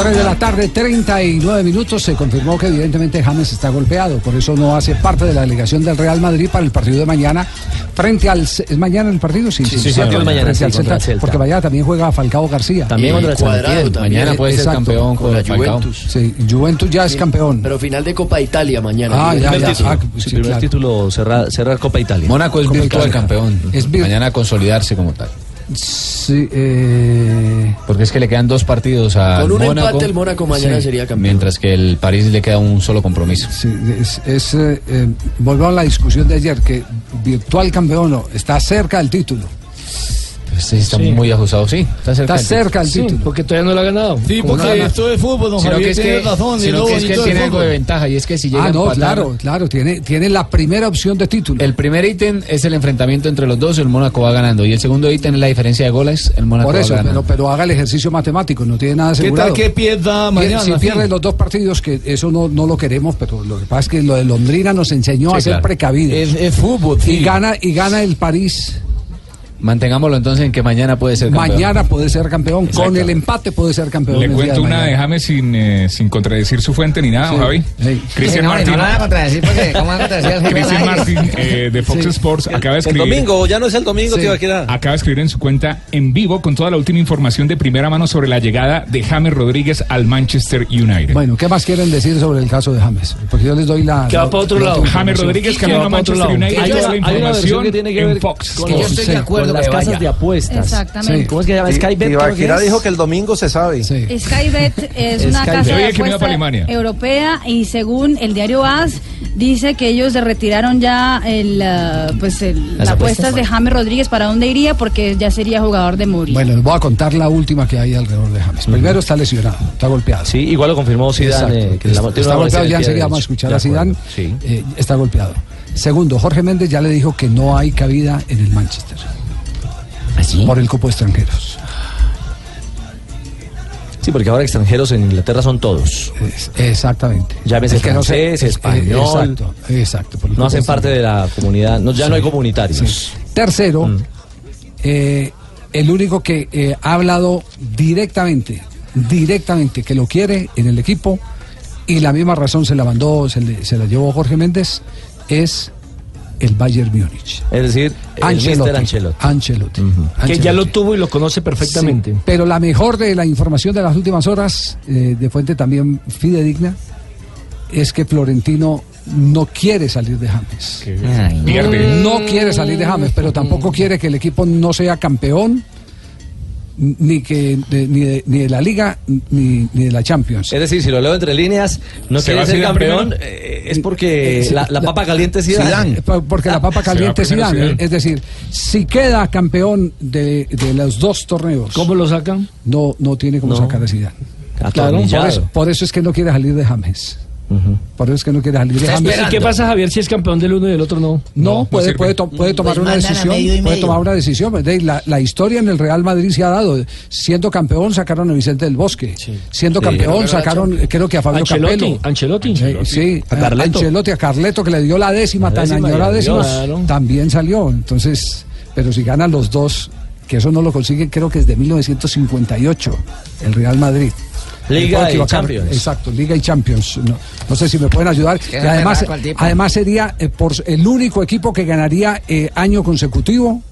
Speaker 4: Tres de la tarde, 39 minutos. Se confirmó que evidentemente James está golpeado, por eso no hace parte de la delegación del Real Madrid para el partido de mañana. Frente al. C- ¿Es mañana el partido? Sí,
Speaker 18: Sí, sí, sí, partido de mañana,
Speaker 4: Frente
Speaker 18: sí,
Speaker 4: al
Speaker 18: contra el Celta.
Speaker 4: Porque mañana también juega Falcao García. Eh,
Speaker 18: También contra el San Etienne. Mañana puede ser campeón con
Speaker 24: la
Speaker 18: Falcao.
Speaker 24: Juventus.
Speaker 4: Sí, Juventus ya es campeón.
Speaker 24: Pero final de Copa Italia mañana.
Speaker 18: Ah,
Speaker 24: Líder
Speaker 18: ya,
Speaker 24: del
Speaker 18: ya.
Speaker 24: título.
Speaker 18: Ah, pues sí, primer título cerrar, cerrar Copa Italia.
Speaker 6: Mónaco es
Speaker 4: Copa
Speaker 6: virtual
Speaker 4: Italia.
Speaker 6: campeón. Mañana consolidarse como tal.
Speaker 4: Sí, eh,
Speaker 6: Porque es que le quedan dos partidos a
Speaker 24: Con un
Speaker 6: Mónaco.
Speaker 24: empate el Mónaco mañana
Speaker 6: Sí.
Speaker 24: sería campeón.
Speaker 6: Mientras que el París le queda un solo compromiso.
Speaker 4: sí, es, es, eh, eh, volvamos a la discusión de ayer, que virtual campeón no, está cerca del título.
Speaker 6: Pues sí, está muy ajustado, sí. Está cerca,
Speaker 4: Está cerca el
Speaker 3: Sí,
Speaker 4: título.
Speaker 3: porque todavía no lo ha ganado.
Speaker 6: Sí,
Speaker 3: Como
Speaker 6: porque
Speaker 3: nada.
Speaker 6: esto es fútbol, don Sino Javier, que es tiene que- razón, sino y no que es que él bonito el tiene algo fútbol. de ventaja, y es que si llega
Speaker 4: Ah,
Speaker 6: a
Speaker 4: no,
Speaker 6: empatar-
Speaker 4: claro, claro, tiene, tiene la primera opción de título.
Speaker 6: El primer ítem es el enfrentamiento entre los dos, el Mónaco va ganando. Y el segundo ítem es la diferencia de goles, el Mónaco
Speaker 4: Por
Speaker 6: va
Speaker 4: eso,
Speaker 6: ganando.
Speaker 4: pero, pero haga el ejercicio matemático, no tiene nada
Speaker 6: ¿Qué tal
Speaker 4: asegurado.
Speaker 6: que
Speaker 4: pierda
Speaker 6: mañana,
Speaker 4: Si
Speaker 6: sí?
Speaker 4: pierde los dos partidos, que eso no, no lo queremos, pero lo que pasa es que lo de Londrina nos enseñó
Speaker 6: Sí,
Speaker 4: a ser
Speaker 6: claro.
Speaker 4: precavidos.
Speaker 6: Es- es fútbol,
Speaker 4: Y
Speaker 6: sí.
Speaker 4: gana, y gana el París.
Speaker 6: Mantengámoslo entonces en que mañana puede ser campeón.
Speaker 4: Mañana puede ser campeón. Con
Speaker 6: Exactamente.
Speaker 4: el empate puede ser campeón.
Speaker 23: Le
Speaker 4: el día
Speaker 23: cuento
Speaker 4: de
Speaker 23: una
Speaker 4: mañana.
Speaker 23: de James sin, eh, sin contradecir su fuente ni nada, don
Speaker 4: Sí,
Speaker 23: Javi.
Speaker 4: sí.
Speaker 23: Cristian
Speaker 4: Sí, no,
Speaker 23: Martín.
Speaker 4: no la van a
Speaker 11: contradecir porque ¿cómo van a contradecir al jefe?
Speaker 23: Cristian Martín eh, de Fox
Speaker 11: Sí.
Speaker 23: Sports acaba de
Speaker 7: el
Speaker 23: escribir.
Speaker 7: domingo, ya no es el domingo, tío, aquí era.
Speaker 23: Acaba de escribir en su cuenta en vivo con toda la última información de primera mano sobre la llegada de James Rodríguez al Manchester United.
Speaker 4: Bueno, ¿qué más quieren decir sobre el caso de James? Porque yo les doy la.
Speaker 23: Que va para otro
Speaker 4: la
Speaker 23: lado.
Speaker 4: última
Speaker 23: James
Speaker 4: información.
Speaker 23: Rodríguez camino a Manchester United.
Speaker 3: Hay
Speaker 23: Toda
Speaker 3: una-
Speaker 23: la
Speaker 3: hay una versión
Speaker 23: información
Speaker 3: que tiene que ver
Speaker 23: en Fox.
Speaker 3: con- Que yo estoy de
Speaker 23: Sí,
Speaker 3: acuerdo las
Speaker 18: que
Speaker 3: casas
Speaker 18: vaya.
Speaker 3: de apuestas.
Speaker 14: Exactamente.
Speaker 3: ¿Cómo es que se llama?
Speaker 7: Ti-
Speaker 3: Sky Bet, creo que
Speaker 7: Tibaquirá
Speaker 3: es.
Speaker 7: dijo que el domingo se sabe.
Speaker 14: Skybet es una
Speaker 7: Skybet.
Speaker 14: casa
Speaker 7: Yo
Speaker 14: de
Speaker 7: dije que me iba para
Speaker 14: apuesta
Speaker 7: Alemania.
Speaker 14: europea y según el diario AS dice que ellos le retiraron ya el, ah, pues el-
Speaker 4: Las
Speaker 14: las apuestas
Speaker 4: apuestas.
Speaker 14: de James Rodríguez para dónde iría porque ya sería jugador de Mourinho.
Speaker 4: Bueno, les voy a contar la última que hay alrededor de James. Primero está lesionado, está golpeado.
Speaker 18: Sí, igual lo confirmó Zidane.
Speaker 4: Exacto.
Speaker 18: eh, que la-
Speaker 4: Está-
Speaker 18: tiene
Speaker 4: está
Speaker 18: una molestia
Speaker 4: golpeado,
Speaker 18: en el
Speaker 4: ya
Speaker 18: pie
Speaker 4: enseguida
Speaker 18: derecho.
Speaker 4: vamos a escuchar
Speaker 18: De
Speaker 4: a
Speaker 18: acuerdo,
Speaker 4: Zidane.
Speaker 18: Sí.
Speaker 4: Eh, está golpeado. Segundo, Jorge Méndez ya le dijo que no hay cabida en el Manchester.
Speaker 18: ¿Ah,
Speaker 4: Por el cupo de extranjeros.
Speaker 18: Sí, porque ahora extranjeros en Inglaterra son todos.
Speaker 4: Exactamente.
Speaker 18: Llámese
Speaker 4: El que no se-
Speaker 18: francés,
Speaker 4: eh,
Speaker 18: español.
Speaker 4: Exacto, exacto. por el
Speaker 18: No
Speaker 4: cupo
Speaker 18: hacen
Speaker 4: de
Speaker 18: parte de la comunidad. No, ya no hay comunitarios.
Speaker 4: Tercero,
Speaker 18: Mm.
Speaker 4: eh, el único que eh, ha hablado directamente, directamente que lo quiere en el equipo y la misma razón se la mandó, se, le- se la llevó Jorge Méndez, es el Bayern Múnich.
Speaker 18: Es decir, el
Speaker 4: Ancelotti.
Speaker 18: Mr. Ancelotti.
Speaker 4: Ancelotti.
Speaker 3: Que
Speaker 4: Ancelotti.
Speaker 3: ya lo tuvo y lo conoce perfectamente.
Speaker 4: Sí, pero la mejor de la información de las últimas horas, eh, de fuente también fidedigna, es que Florentino no quiere salir de James.
Speaker 23: Ay. Pierde.
Speaker 4: No quiere salir de James, pero tampoco quiere que el equipo no sea campeón ni que de- ni, de, ni de la liga ni, ni de la Champions.
Speaker 18: Es decir, si lo leo entre líneas, no
Speaker 4: ¿Se
Speaker 18: quiere
Speaker 4: va
Speaker 18: ser
Speaker 4: Zidane
Speaker 18: campeón,
Speaker 4: primero?
Speaker 18: eh, es porque
Speaker 4: Sí,
Speaker 18: la, la papa caliente es Zidane.
Speaker 4: Eh, po- Porque la papa
Speaker 3: Ah,
Speaker 18: Se va
Speaker 4: caliente es
Speaker 18: primero
Speaker 4: Zidane. eh,
Speaker 18: Zidane.
Speaker 4: Es decir, si queda campeón de, de los dos torneos. ¿Cómo
Speaker 3: lo sacan?
Speaker 4: No, no tiene cómo
Speaker 3: No.
Speaker 4: sacar a Zidane. Claro, por
Speaker 3: Atornillado.
Speaker 4: eso, por eso es que no quiere salir de James. Por eso es que no quiere salir de
Speaker 3: Pero,
Speaker 4: James.
Speaker 3: ¿y ¿Qué pasa, Javier, si es campeón del uno y del otro no?
Speaker 4: No, puede, puede, to- puede tomar una
Speaker 3: Pues mandan a
Speaker 4: decisión.
Speaker 3: medio y
Speaker 4: Puede
Speaker 3: medio.
Speaker 4: tomar una decisión. pues, de- La, la historia en el Real Madrid se ha dado. Siendo campeón sacaron a Vicente del Bosque. Siendo
Speaker 3: Sí.
Speaker 4: campeón
Speaker 3: Pero la
Speaker 4: sacaron,
Speaker 3: Champions.
Speaker 4: creo que a Fabio
Speaker 3: Ancelotti,
Speaker 4: Capello.
Speaker 3: Ancelotti.
Speaker 4: Sí, sí,
Speaker 3: A
Speaker 4: a
Speaker 3: Carleto.
Speaker 4: Eh, Ancelotti, a Carleto que le dio la décima,
Speaker 3: La
Speaker 4: tan
Speaker 3: décima y
Speaker 4: añorada
Speaker 3: adiós.
Speaker 4: décima,
Speaker 3: Claro.
Speaker 4: también salió. Entonces, pero si ganan los dos, que eso no lo consiguen creo que desde 1958 el Real Madrid.
Speaker 18: Liga
Speaker 4: Me puedo
Speaker 18: y
Speaker 4: equivocar.
Speaker 18: Champions.
Speaker 4: Exacto, Liga y Champions. No, no sé si me pueden ayudar.
Speaker 18: que
Speaker 4: Y
Speaker 18: es
Speaker 4: además,
Speaker 18: berraco el tipo.
Speaker 4: además sería eh, por el único equipo que ganaría eh, año consecutivo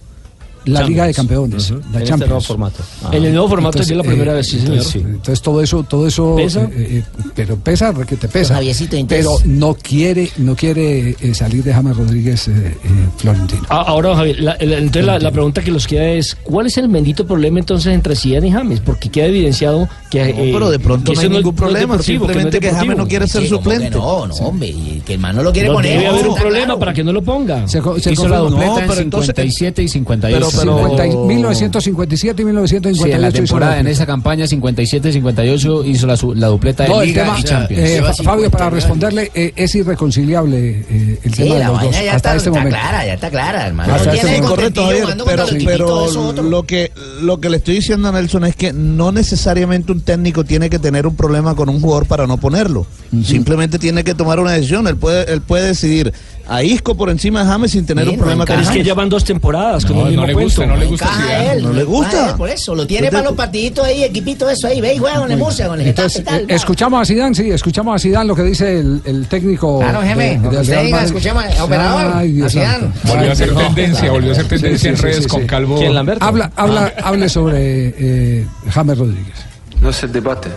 Speaker 4: la
Speaker 18: Champions.
Speaker 4: Liga de Campeones,
Speaker 18: Ujú. En
Speaker 4: la
Speaker 18: este
Speaker 4: Champions.
Speaker 18: nuevo formato. Ah. eh,
Speaker 3: En el nuevo formato
Speaker 4: Entonces, eh,
Speaker 3: es la primera vez, sí,
Speaker 4: entonces,
Speaker 3: señor.
Speaker 4: entonces todo eso, todo eso,
Speaker 3: ¿Pesa?
Speaker 4: eh, eh, pero pesa, que te
Speaker 3: Don
Speaker 4: pesa.
Speaker 3: Javiercito,
Speaker 4: pero
Speaker 3: entonces-
Speaker 4: no quiere, no quiere eh, salir de James Rodríguez eh, eh, Florentino.
Speaker 3: Ah, Ahora, Javier, la, la- entonces la, la pregunta que nos queda es, ¿cuál es el bendito problema entonces entre Zidane y James? Porque queda evidenciado que... eh,
Speaker 22: pero de
Speaker 3: que
Speaker 22: pronto no
Speaker 3: eso
Speaker 22: hay
Speaker 3: es-
Speaker 22: ningún
Speaker 3: no es
Speaker 22: problema,
Speaker 3: deportivo, que no es
Speaker 22: simplemente que James
Speaker 3: deportivo.
Speaker 22: no quiere ser
Speaker 3: Sí, ¿cómo que
Speaker 22: suplente.
Speaker 3: no?
Speaker 22: No.
Speaker 11: Hombre, y que el man no lo
Speaker 3: No,
Speaker 11: quiere poner.
Speaker 3: Debe haber un
Speaker 11: Está
Speaker 3: problema
Speaker 11: claro.
Speaker 3: para que no lo ponga.
Speaker 4: Se co- se
Speaker 6: Hizo la
Speaker 4: confirmó.
Speaker 6: dobleta
Speaker 4: No,
Speaker 6: en
Speaker 4: pero entonces-
Speaker 6: 57 y 58.
Speaker 4: Pero, 50 y- 1957 y 1958
Speaker 6: Sí, en la
Speaker 4: hizo
Speaker 6: temporada, en
Speaker 4: dobleta.
Speaker 6: esa campaña 57-58 hizo la, su- la dupleta de
Speaker 4: No, el
Speaker 6: Liga
Speaker 4: tema,
Speaker 6: y Champions.
Speaker 4: eh, Fa- Fabio, para responderle, eh, es irreconciliable eh, el
Speaker 11: Sí,
Speaker 4: tema de
Speaker 11: la
Speaker 4: los dos
Speaker 11: vaina ya
Speaker 4: hasta
Speaker 11: está,
Speaker 4: este
Speaker 11: está
Speaker 4: momento.
Speaker 2: Ah,
Speaker 11: clara, ya está clara, hermano.
Speaker 4: Hasta
Speaker 11: No
Speaker 4: este
Speaker 11: tiene
Speaker 4: momento.
Speaker 15: Correcto,
Speaker 11: contentillo
Speaker 15: Javier,
Speaker 11: jugando
Speaker 15: pero,
Speaker 11: contra los
Speaker 15: pero
Speaker 11: chiquitos, eso otro.
Speaker 15: lo, que, lo que le estoy diciendo a Nelson es que no necesariamente un técnico tiene que tener un problema con un jugador para no ponerlo. Simplemente tiene que tomar una decisión. Él puede, él puede decidir a Isco por encima de James sin tener un problema
Speaker 3: Pero
Speaker 15: con
Speaker 3: es que
Speaker 15: James.
Speaker 3: ya van dos temporadas con
Speaker 15: No,
Speaker 3: el
Speaker 15: no
Speaker 3: mismo
Speaker 15: le
Speaker 3: cuento.
Speaker 15: gusta, no le gusta
Speaker 11: Ah, él,
Speaker 15: No le gusta.
Speaker 11: ah, él, por eso, lo tiene
Speaker 4: Yo te-
Speaker 11: para los partiditos ahí, equipito eso ahí, ve y juega con el Murcia, con el Getafe
Speaker 4: Entonces,
Speaker 11: y tal.
Speaker 4: eh,
Speaker 11: va.
Speaker 4: escuchamos a Zidane, sí, escuchamos a Zidane lo que dice el, el técnico.
Speaker 11: Claro, jefe,
Speaker 4: de-
Speaker 11: lo que
Speaker 4: del
Speaker 11: usted
Speaker 4: Real
Speaker 11: diga,
Speaker 4: Madrid.
Speaker 11: escuchemos, eh, operador,
Speaker 4: Ay, Dios
Speaker 11: a Zidane.
Speaker 4: santo.
Speaker 23: Volvió a ser
Speaker 4: No.
Speaker 23: tendencia, volvió a ser
Speaker 4: Sí,
Speaker 23: tendencia
Speaker 4: sí,
Speaker 23: en
Speaker 4: sí,
Speaker 23: redes
Speaker 4: sí,
Speaker 23: con
Speaker 4: sí.
Speaker 23: Calvo.
Speaker 4: Habla, habla, hable sobre eh, James Rodríguez.
Speaker 5: No es el debate.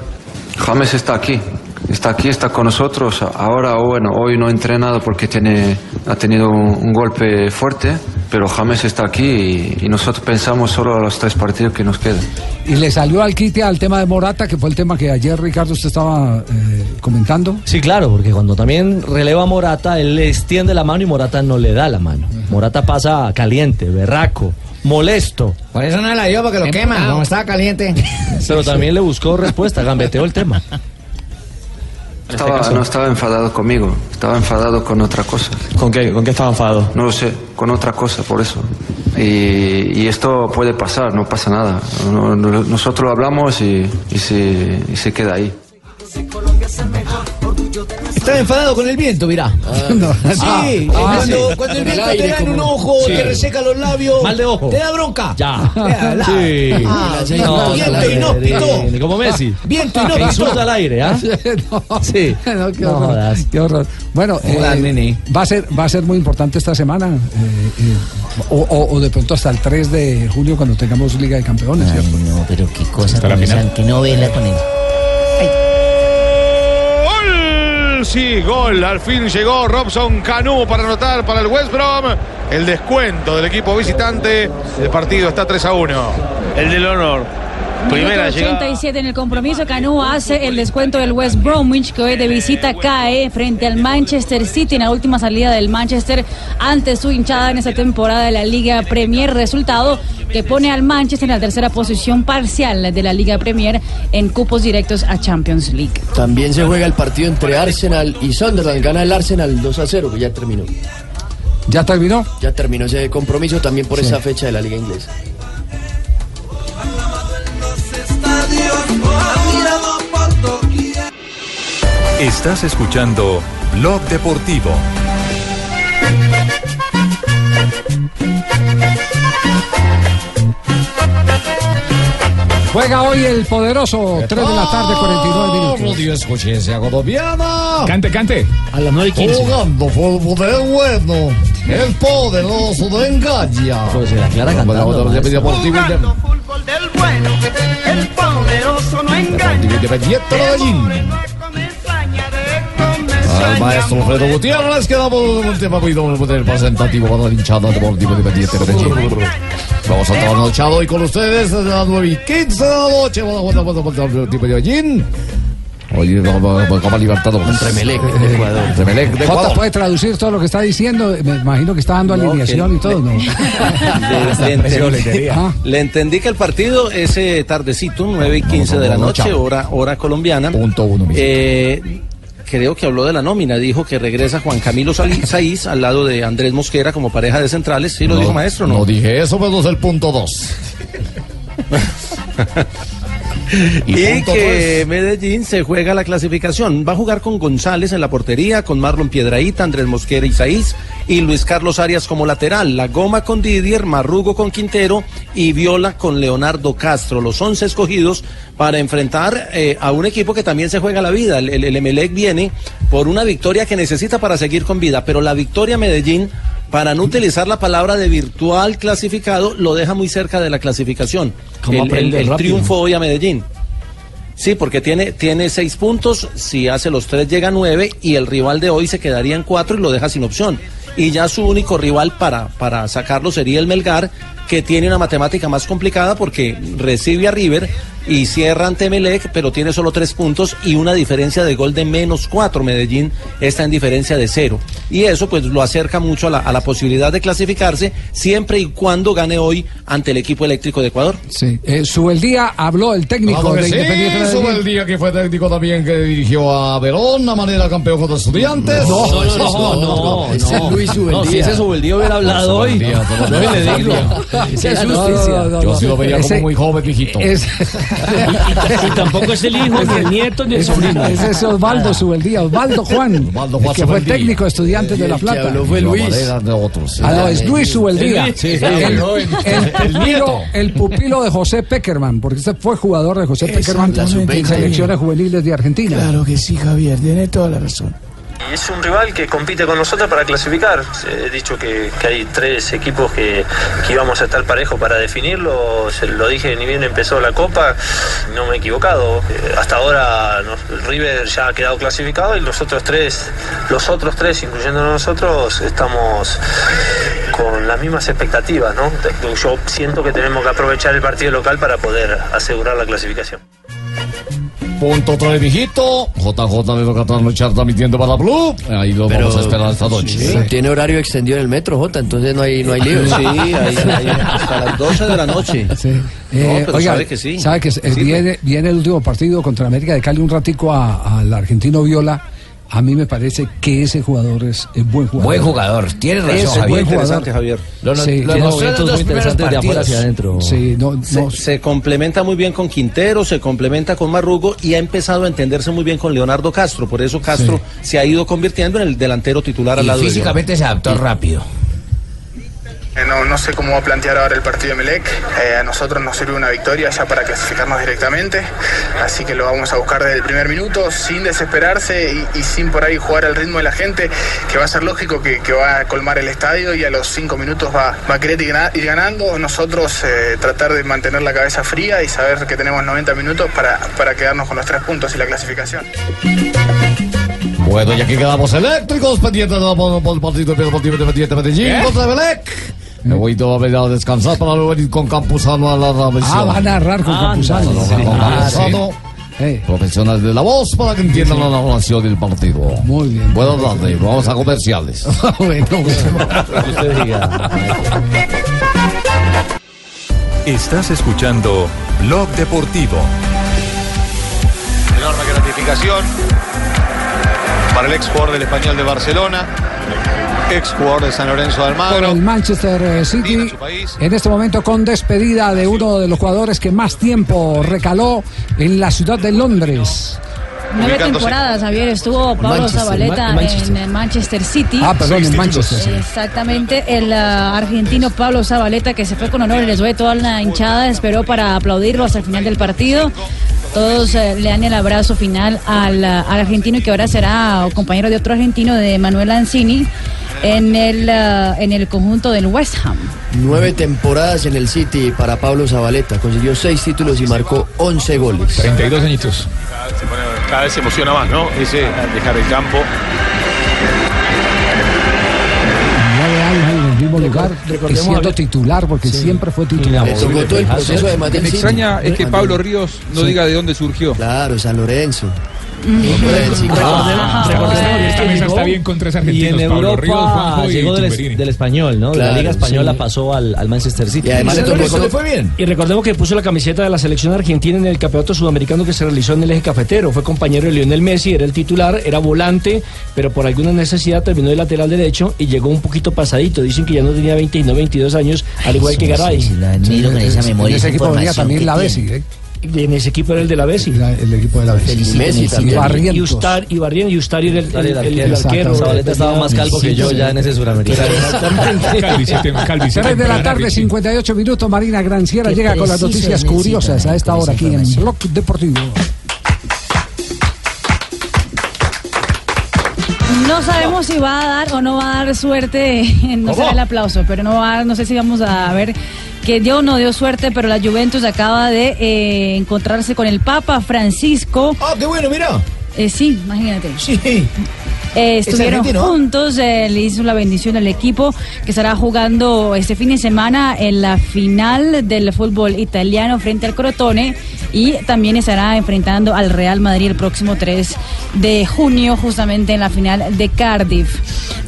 Speaker 5: James está aquí. Está aquí, está con nosotros. Ahora, bueno, hoy no ha entrenado porque tiene, ha tenido un, un golpe fuerte, pero James está aquí y, y nosotros pensamos solo a los tres partidos que nos quedan.
Speaker 4: Y le salió al quite al tema de Morata, que fue el tema que ayer Ricardo usted estaba eh, comentando.
Speaker 18: Sí, claro, porque cuando también releva a Morata, él le extiende la mano y Morata no le da la mano. Morata pasa caliente, berraco, molesto.
Speaker 11: Por eso no la dio, porque lo quema, como estaba caliente.
Speaker 18: Pero también le buscó respuesta, gambeteó el tema. este
Speaker 5: Estaba- no estaba enfadado conmigo, estaba enfadado con otra cosa.
Speaker 18: ¿Con qué, ¿Con qué estaba enfadado?
Speaker 5: No lo sé, con otra cosa, por eso. Y, y esto puede pasar, no pasa nada. No- no- nosotros lo hablamos y, y se- y se queda ahí.
Speaker 22: Estás enfadado con el viento, mirá.
Speaker 4: No. Ah,
Speaker 22: Sí,
Speaker 4: ah,
Speaker 22: cuando,
Speaker 4: sí.
Speaker 22: cuando el
Speaker 4: Con el
Speaker 22: viento
Speaker 4: aire,
Speaker 22: te da en
Speaker 4: como-
Speaker 22: un ojo,
Speaker 4: Sí.
Speaker 22: te reseca los labios,
Speaker 4: Mal de ojo.
Speaker 22: te da bronca.
Speaker 18: Ya.
Speaker 22: Ya, la-
Speaker 18: Sí.
Speaker 22: Ah,
Speaker 18: Sí.
Speaker 22: viento,
Speaker 18: No,
Speaker 22: viento
Speaker 18: no,
Speaker 22: inhóspito. Ah,
Speaker 18: Como Messi.
Speaker 22: Viento
Speaker 4: Ah,
Speaker 18: Que
Speaker 22: inhóspito.
Speaker 18: insulta al aire, ¿ah?
Speaker 4: No.
Speaker 18: Sí.
Speaker 4: No, qué
Speaker 18: No
Speaker 4: horror,
Speaker 18: jodas.
Speaker 4: qué horror. Bueno,
Speaker 18: Jodas,
Speaker 4: eh,
Speaker 18: nene.
Speaker 4: va, a ser, va a ser muy importante esta semana, eh, eh, o, o- o de pronto hasta el 3 de julio cuando tengamos Liga de Campeones.
Speaker 18: Ah,
Speaker 11: Ay,
Speaker 4: ¿cierto?
Speaker 11: no, pero qué
Speaker 18: pues
Speaker 11: cosa
Speaker 4: Hasta la
Speaker 11: con
Speaker 4: final.
Speaker 11: esa, qué novela con él.
Speaker 21: ¡Gol! Sí, gol. Al fin llegó Robson Canu para anotar para el West Brom. el descuento del equipo visitante. El partido está 3 a 1. El del honor.
Speaker 14: Minuto 87 en el compromiso, Canú hace el descuento del West Bromwich que hoy de visita cae frente al Manchester City en la última salida del Manchester ante su hinchada en esta temporada de la Liga Premier. Resultado que pone al Manchester en la tercera posición parcial de la Liga Premier en cupos directos a Champions League.
Speaker 24: También se juega el partido entre Arsenal y Sunderland. Gana el Arsenal 2 a 0, que ya terminó.
Speaker 4: ¿Ya terminó?
Speaker 24: Ya terminó ese compromiso también por
Speaker 4: Sí.
Speaker 24: esa fecha de la Liga Inglesa.
Speaker 16: Estás escuchando Blog Deportivo.
Speaker 4: Juega hoy el poderoso, 3 de la tarde,
Speaker 20: Oh,
Speaker 4: 49
Speaker 18: Oh,
Speaker 4: minutos.
Speaker 20: Dios, conciencia colombiana.
Speaker 23: Cante, cante.
Speaker 4: A las 9
Speaker 20: Jugando por poder bueno, el poderoso de Engaña. Pues la clara
Speaker 17: Jugando fútbol del bueno, el poderoso no engaña.
Speaker 20: Independiente Medellín.
Speaker 4: Ah,
Speaker 20: Al maestro Alfredo Gutiérrez que damos un tema muy doble el presentativo para la hinchada de Deportivo Independiente Medellín. Vamos a estar anochado hoy con ustedes a las 9 y 15 de la noche. Vamos a jugar contra el Deportivo de Medellín. Hoy vamos a Copa Libertadores. Entre Melec de Ecuador. Entre Melec de
Speaker 4: Jota
Speaker 20: Ecuador.
Speaker 4: puede traducir todo lo que está diciendo. Me imagino que está dando alineación y todo, ¿no?
Speaker 7: Le, Ah, le entendí,
Speaker 4: Ah.
Speaker 7: le entendí que el partido es eh, tardecito, 9 y 15 de la noche, hora, hora colombiana. Eh, creo que habló de la nómina, dijo que regresa Juan Camilo Sali- Saiz al lado de Andrés Mosquera como pareja de centrales. Sí, lo dijo maestro, ¿no?
Speaker 20: No dije eso, pero es el punto 2.
Speaker 7: Y,
Speaker 20: punto
Speaker 7: que Medellín se juega la clasificación. Va a jugar con González en la portería, con Marlon Piedraíta, Andrés Mosquera y Saiz, y Luis Carlos Arias como lateral. La Goma con Didier, Marrugo con Quintero y Viola con Leonardo Castro. Los 11 escogidos para enfrentar eh, a un equipo que también se juega la vida. El, el, el Emelec viene por una victoria que necesita para seguir con vida, pero la victoria Medellín. Para no utilizar la palabra de virtual clasificado, lo deja muy cerca de la clasificación.
Speaker 3: ¿Cómo
Speaker 7: El- el,
Speaker 3: aprende
Speaker 7: el
Speaker 3: rápido?
Speaker 7: triunfo hoy a Medellín. Sí, porque tiene, tiene seis puntos, si hace los tres llega a nueve y el rival de hoy se quedaría en cuatro y lo deja sin opción. Y ya su único rival para, para sacarlo sería el Melgar, que tiene una matemática más complicada porque recibe a River y cierra ante Melec, pero tiene solo tres puntos y una diferencia de gol de menos cuatro. Medellín está en diferencia de cero. Y eso pues lo acerca mucho a la, a la posibilidad de clasificarse siempre y cuando gane hoy ante el equipo eléctrico de Ecuador.
Speaker 4: Sí. Eh, Subeldía habló el técnico
Speaker 20: Claro que
Speaker 4: de
Speaker 20: sí,
Speaker 4: Independiente
Speaker 20: sobre
Speaker 4: Medellín.
Speaker 20: el día que fue técnico también que dirigió a Verón, a manera campeón contra estudiantes.
Speaker 4: No, no, no,
Speaker 20: no, no,
Speaker 18: ese es Luis Subeldía. No, si ese Subeldía hubiera hablado hoy.
Speaker 20: Subeldía, todo
Speaker 18: No,
Speaker 20: bien,
Speaker 18: le digo.
Speaker 20: Subeldía.
Speaker 18: Ese es
Speaker 20: No,
Speaker 18: justicia.
Speaker 20: no, no, no. Yo sí lo veía
Speaker 4: Ese-
Speaker 20: como muy joven, mijito.
Speaker 4: es-
Speaker 3: Y tampoco es el hijo, ni el nieto, ni el
Speaker 4: Ese-
Speaker 3: sobrino.
Speaker 4: Ese es Osvaldo Subeldía, Osvaldo Juan,
Speaker 20: Osvaldo
Speaker 4: el
Speaker 20: Juan
Speaker 4: que fue el
Speaker 20: Subeldía.
Speaker 4: técnico de estudiantes de La Plata.
Speaker 20: De otros, sí.
Speaker 4: Ah, no, es Luis Subeldía.
Speaker 20: Sí, sí, sí.
Speaker 4: el,
Speaker 20: joven.
Speaker 4: el
Speaker 20: El nieto.
Speaker 4: pupilo, el pupilo de José Peckerman, porque este fue jugador de José Peckerman en
Speaker 19: Exactamente.
Speaker 4: selecciones juveniles de Argentina.
Speaker 19: Claro que sí, Javier, tiene toda la razón.
Speaker 25: Es un rival que compite con nosotros para clasificar. He dicho que, que hay tres equipos que, que íbamos a estar parejos para definirlo. Se lo dije ni bien empezó la Copa. No me he equivocado. Eh, hasta ahora nos- el River ya ha quedado clasificado y los otros tres, los otros tres, incluyendo nosotros, estamos con las mismas expectativas. ¿no? Yo siento que tenemos que aprovechar el partido local para poder asegurar la clasificación.
Speaker 20: Punto 3, mijito. JJ de Locatrán Luchar transmitiendo para Blue. Ahí lo vamos a esperar esta noche.
Speaker 24: Sí, Tiene horario extendido en el metro, Jota, entonces no hay, no hay lío.
Speaker 7: Sí, ahí- ahí hasta las 12 de la noche.
Speaker 4: Eh,
Speaker 7: No, pero
Speaker 4: oiga,
Speaker 7: sabe que sí.
Speaker 4: sabe que es- es- viene, viene el último partido contra América de Cali un ratico a- al argentino Viola. A mí me parece que ese jugador es, es buen jugador.
Speaker 19: Buen jugador, tiene razón,
Speaker 4: Es
Speaker 19: Javier.
Speaker 4: buen jugador.
Speaker 19: Interesante, Javier. Lo no-
Speaker 4: Sí,
Speaker 19: lo
Speaker 4: tiene-
Speaker 19: mostró en los dos primeros partidos.
Speaker 4: Sí, no, no,
Speaker 7: se, se complementa muy bien con Quintero, se complementa con Marrugo y ha empezado a entenderse muy bien con Leonardo Castro. Por eso Castro se ha ido convirtiendo en el delantero titular al
Speaker 19: Y
Speaker 7: lado de
Speaker 19: físicamente se adaptó rápido.
Speaker 26: Eh, No, no sé cómo va a plantear ahora el partido de Melec. Eh, a nosotros nos sirve una victoria ya para clasificarnos directamente. Así que lo vamos a buscar desde el primer minuto, sin desesperarse y, y sin por ahí jugar al ritmo de la gente, que va a ser lógico que, que va a colmar el estadio y a los cinco minutos va, va a querer ir gana- ir ganando. Nosotros eh, tratar de mantener la cabeza fría y saber que tenemos 90 minutos para, para quedarnos con los tres puntos y la clasificación.
Speaker 20: Bueno, y aquí quedamos eléctricos, pendientes de la- por el partido del Deportivo Independiente Medellín
Speaker 4: ¿Qué?
Speaker 20: contra Emelec. Me voy todavía a descansar para luego venir con Campuzano a la transmisión.
Speaker 4: Ah, va a narrar con Campuzano.
Speaker 20: No, no, no, con
Speaker 4: Ah,
Speaker 20: Campuzano,
Speaker 4: sí. Eh,
Speaker 20: Profesionales de la voz para que entiendan la narración del partido. Muy bien. Buenas tardes, vamos a comerciales.
Speaker 4: Ah,
Speaker 16: Estás escuchando Blog Deportivo.
Speaker 21: Enorme gratificación para el ex jugador del Español de Barcelona, ex jugador de San Lorenzo
Speaker 4: por
Speaker 21: de Almagro.
Speaker 4: el Manchester eh, City. En este momento con despedida de uno de los jugadores que más tiempo recaló en la ciudad de Londres.
Speaker 14: Nueve
Speaker 4: Ubicándose.
Speaker 14: temporadas, Javier, estuvo Pablo
Speaker 4: Manchester,
Speaker 14: Zabaleta
Speaker 4: Ma- Manchester.
Speaker 14: en el Manchester City.
Speaker 4: Ah, perdón, Seis en Manchester, títulos. sí.
Speaker 14: Exactamente, el ah, argentino Pablo Zabaleta que se fue con honor, les doy toda la hinchada, esperó para aplaudirlo hasta el final del partido. Todos eh, le dan el abrazo final al, ah, al argentino que ahora será compañero de otro argentino, de Manuel Lanzini, en el, ah, en el conjunto del West Ham.
Speaker 24: Nueve temporadas en el City para Pablo Zabaleta. Consiguió seis títulos y marcó 11 goles.
Speaker 23: 32 añitos.
Speaker 1: Se pone- cada vez se emociona más, ¿no? Ese al dejar el campo.
Speaker 4: Nueve años en el mismo lugar y
Speaker 24: recordemos,
Speaker 4: siendo
Speaker 24: Javier-
Speaker 4: titular, porque siempre fue titular.
Speaker 24: Lo que me extraña es que Pablo Ríos no diga de dónde surgió. Claro, San Lorenzo.
Speaker 3: Ah, recordemos que
Speaker 23: esta mesa está bien con tres argentinos.
Speaker 18: y en
Speaker 23: Pablo
Speaker 18: Europa
Speaker 23: Ríos, Juanjo y
Speaker 18: llegó del,
Speaker 23: Tumberini.
Speaker 18: del español, ¿no? de la
Speaker 24: Claro,
Speaker 18: Liga Española
Speaker 24: sí.
Speaker 18: pasó al, al Manchester City.
Speaker 3: pues, Y recordemos que puso la camiseta de la selección argentina en el campeonato sudamericano que se realizó en el eje cafetero. Fue compañero de Lionel Messi, era el titular, era volante, pero por alguna necesidad terminó de lateral derecho y llegó un poquito pasadito. Dicen que ya no tenía 20 y no 22 años, al igual que Garay.
Speaker 4: en ese equipo venía también la Bessi. ¿eh?
Speaker 3: En ese equipo era el de la Bessi.
Speaker 4: el equipo de la Bessi.
Speaker 3: Y Messi también. Y Ustar, y Barrien, y Ustari era el, el, el- el arquero.
Speaker 18: Zabaleta estaba más calvo que yo ya en ese suramericano.
Speaker 4: Tres de la tarde, 58 minutos. Marina Granciera
Speaker 18: Qué
Speaker 4: llega con las
Speaker 18: preciso
Speaker 4: noticias
Speaker 18: es Messi
Speaker 4: curiosas a esta hora aquí en Blog Deportivo.
Speaker 14: No sabemos si va a dar o no va a dar suerte, no será el aplauso, pero no va a dar, no sé si vamos a ver que dio o no dio suerte, pero la Juventus acaba de eh, encontrarse con el Papa Francisco. Eh,
Speaker 22: Ah, qué bueno, mira.
Speaker 14: sí, imagínate.
Speaker 22: Sí.
Speaker 14: Eh,
Speaker 22: Es
Speaker 14: estuvieron
Speaker 22: argentino.
Speaker 14: juntos, eh, le hizo la bendición al equipo que estará jugando este fin de semana en la final del fútbol italiano frente al Crotone y también estará enfrentando al Real Madrid el próximo 3 de junio, justamente en la final de Cardiff.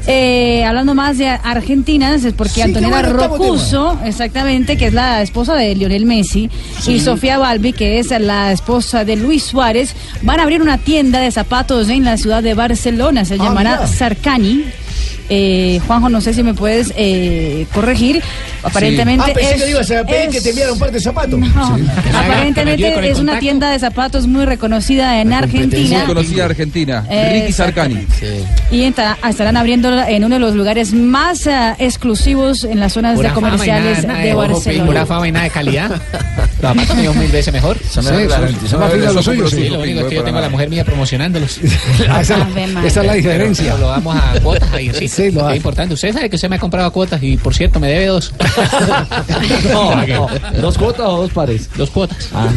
Speaker 14: Eh, hablando más de argentinas, es porque
Speaker 8: Sí, qué
Speaker 14: Antonella
Speaker 8: bueno, estamos de
Speaker 14: Rocuso, exactamente, que es la esposa de Lionel Messi,
Speaker 8: Sí.
Speaker 14: y Sofía Balbi, que es la esposa de Luis Suárez, van a abrir una tienda de zapatos en la ciudad de Barcelona. Se
Speaker 8: Ah,
Speaker 14: llamará
Speaker 8: mira.
Speaker 14: Sarcani. Eh, Juanjo, no sé si me puedes eh, corregir. Aparentemente
Speaker 22: Ah, pensé
Speaker 14: es,
Speaker 22: que le ibas a pedir que
Speaker 14: es-
Speaker 22: te enviaran un par de zapatos.
Speaker 14: No,
Speaker 22: Sí.
Speaker 14: Aparentemente es una tienda de zapatos muy reconocida en Argentina.
Speaker 26: conocida Argentina,
Speaker 14: Eh,
Speaker 26: Ricky Sarcani.
Speaker 14: Y enta- estarán abriendo en uno de los lugares más ah, exclusivos en las zonas
Speaker 10: Pura
Speaker 14: de
Speaker 10: fama y
Speaker 14: comerciales
Speaker 10: nada, nada
Speaker 14: de
Speaker 10: ojo,
Speaker 14: Barcelona.
Speaker 10: Pura fama y nada de calidad. Los zapatos míos mil veces mejor.
Speaker 4: Sí, son- son más finos los suyos, sí.
Speaker 10: Sí, lo único es que yo tengo a la mujer mía promocionándolos.
Speaker 4: Ah, esa- Ave María. esa es la
Speaker 10: Pero-
Speaker 4: diferencia.
Speaker 10: pero lo vamos a cuotas, Javiercito. es importante. Usted sabe que usted me ha comprado a cuotas y, por cierto, me debe dos.
Speaker 18: No, no.
Speaker 10: ¿Dos cuotas o dos pares? Dos cuotas.
Speaker 18: Ah.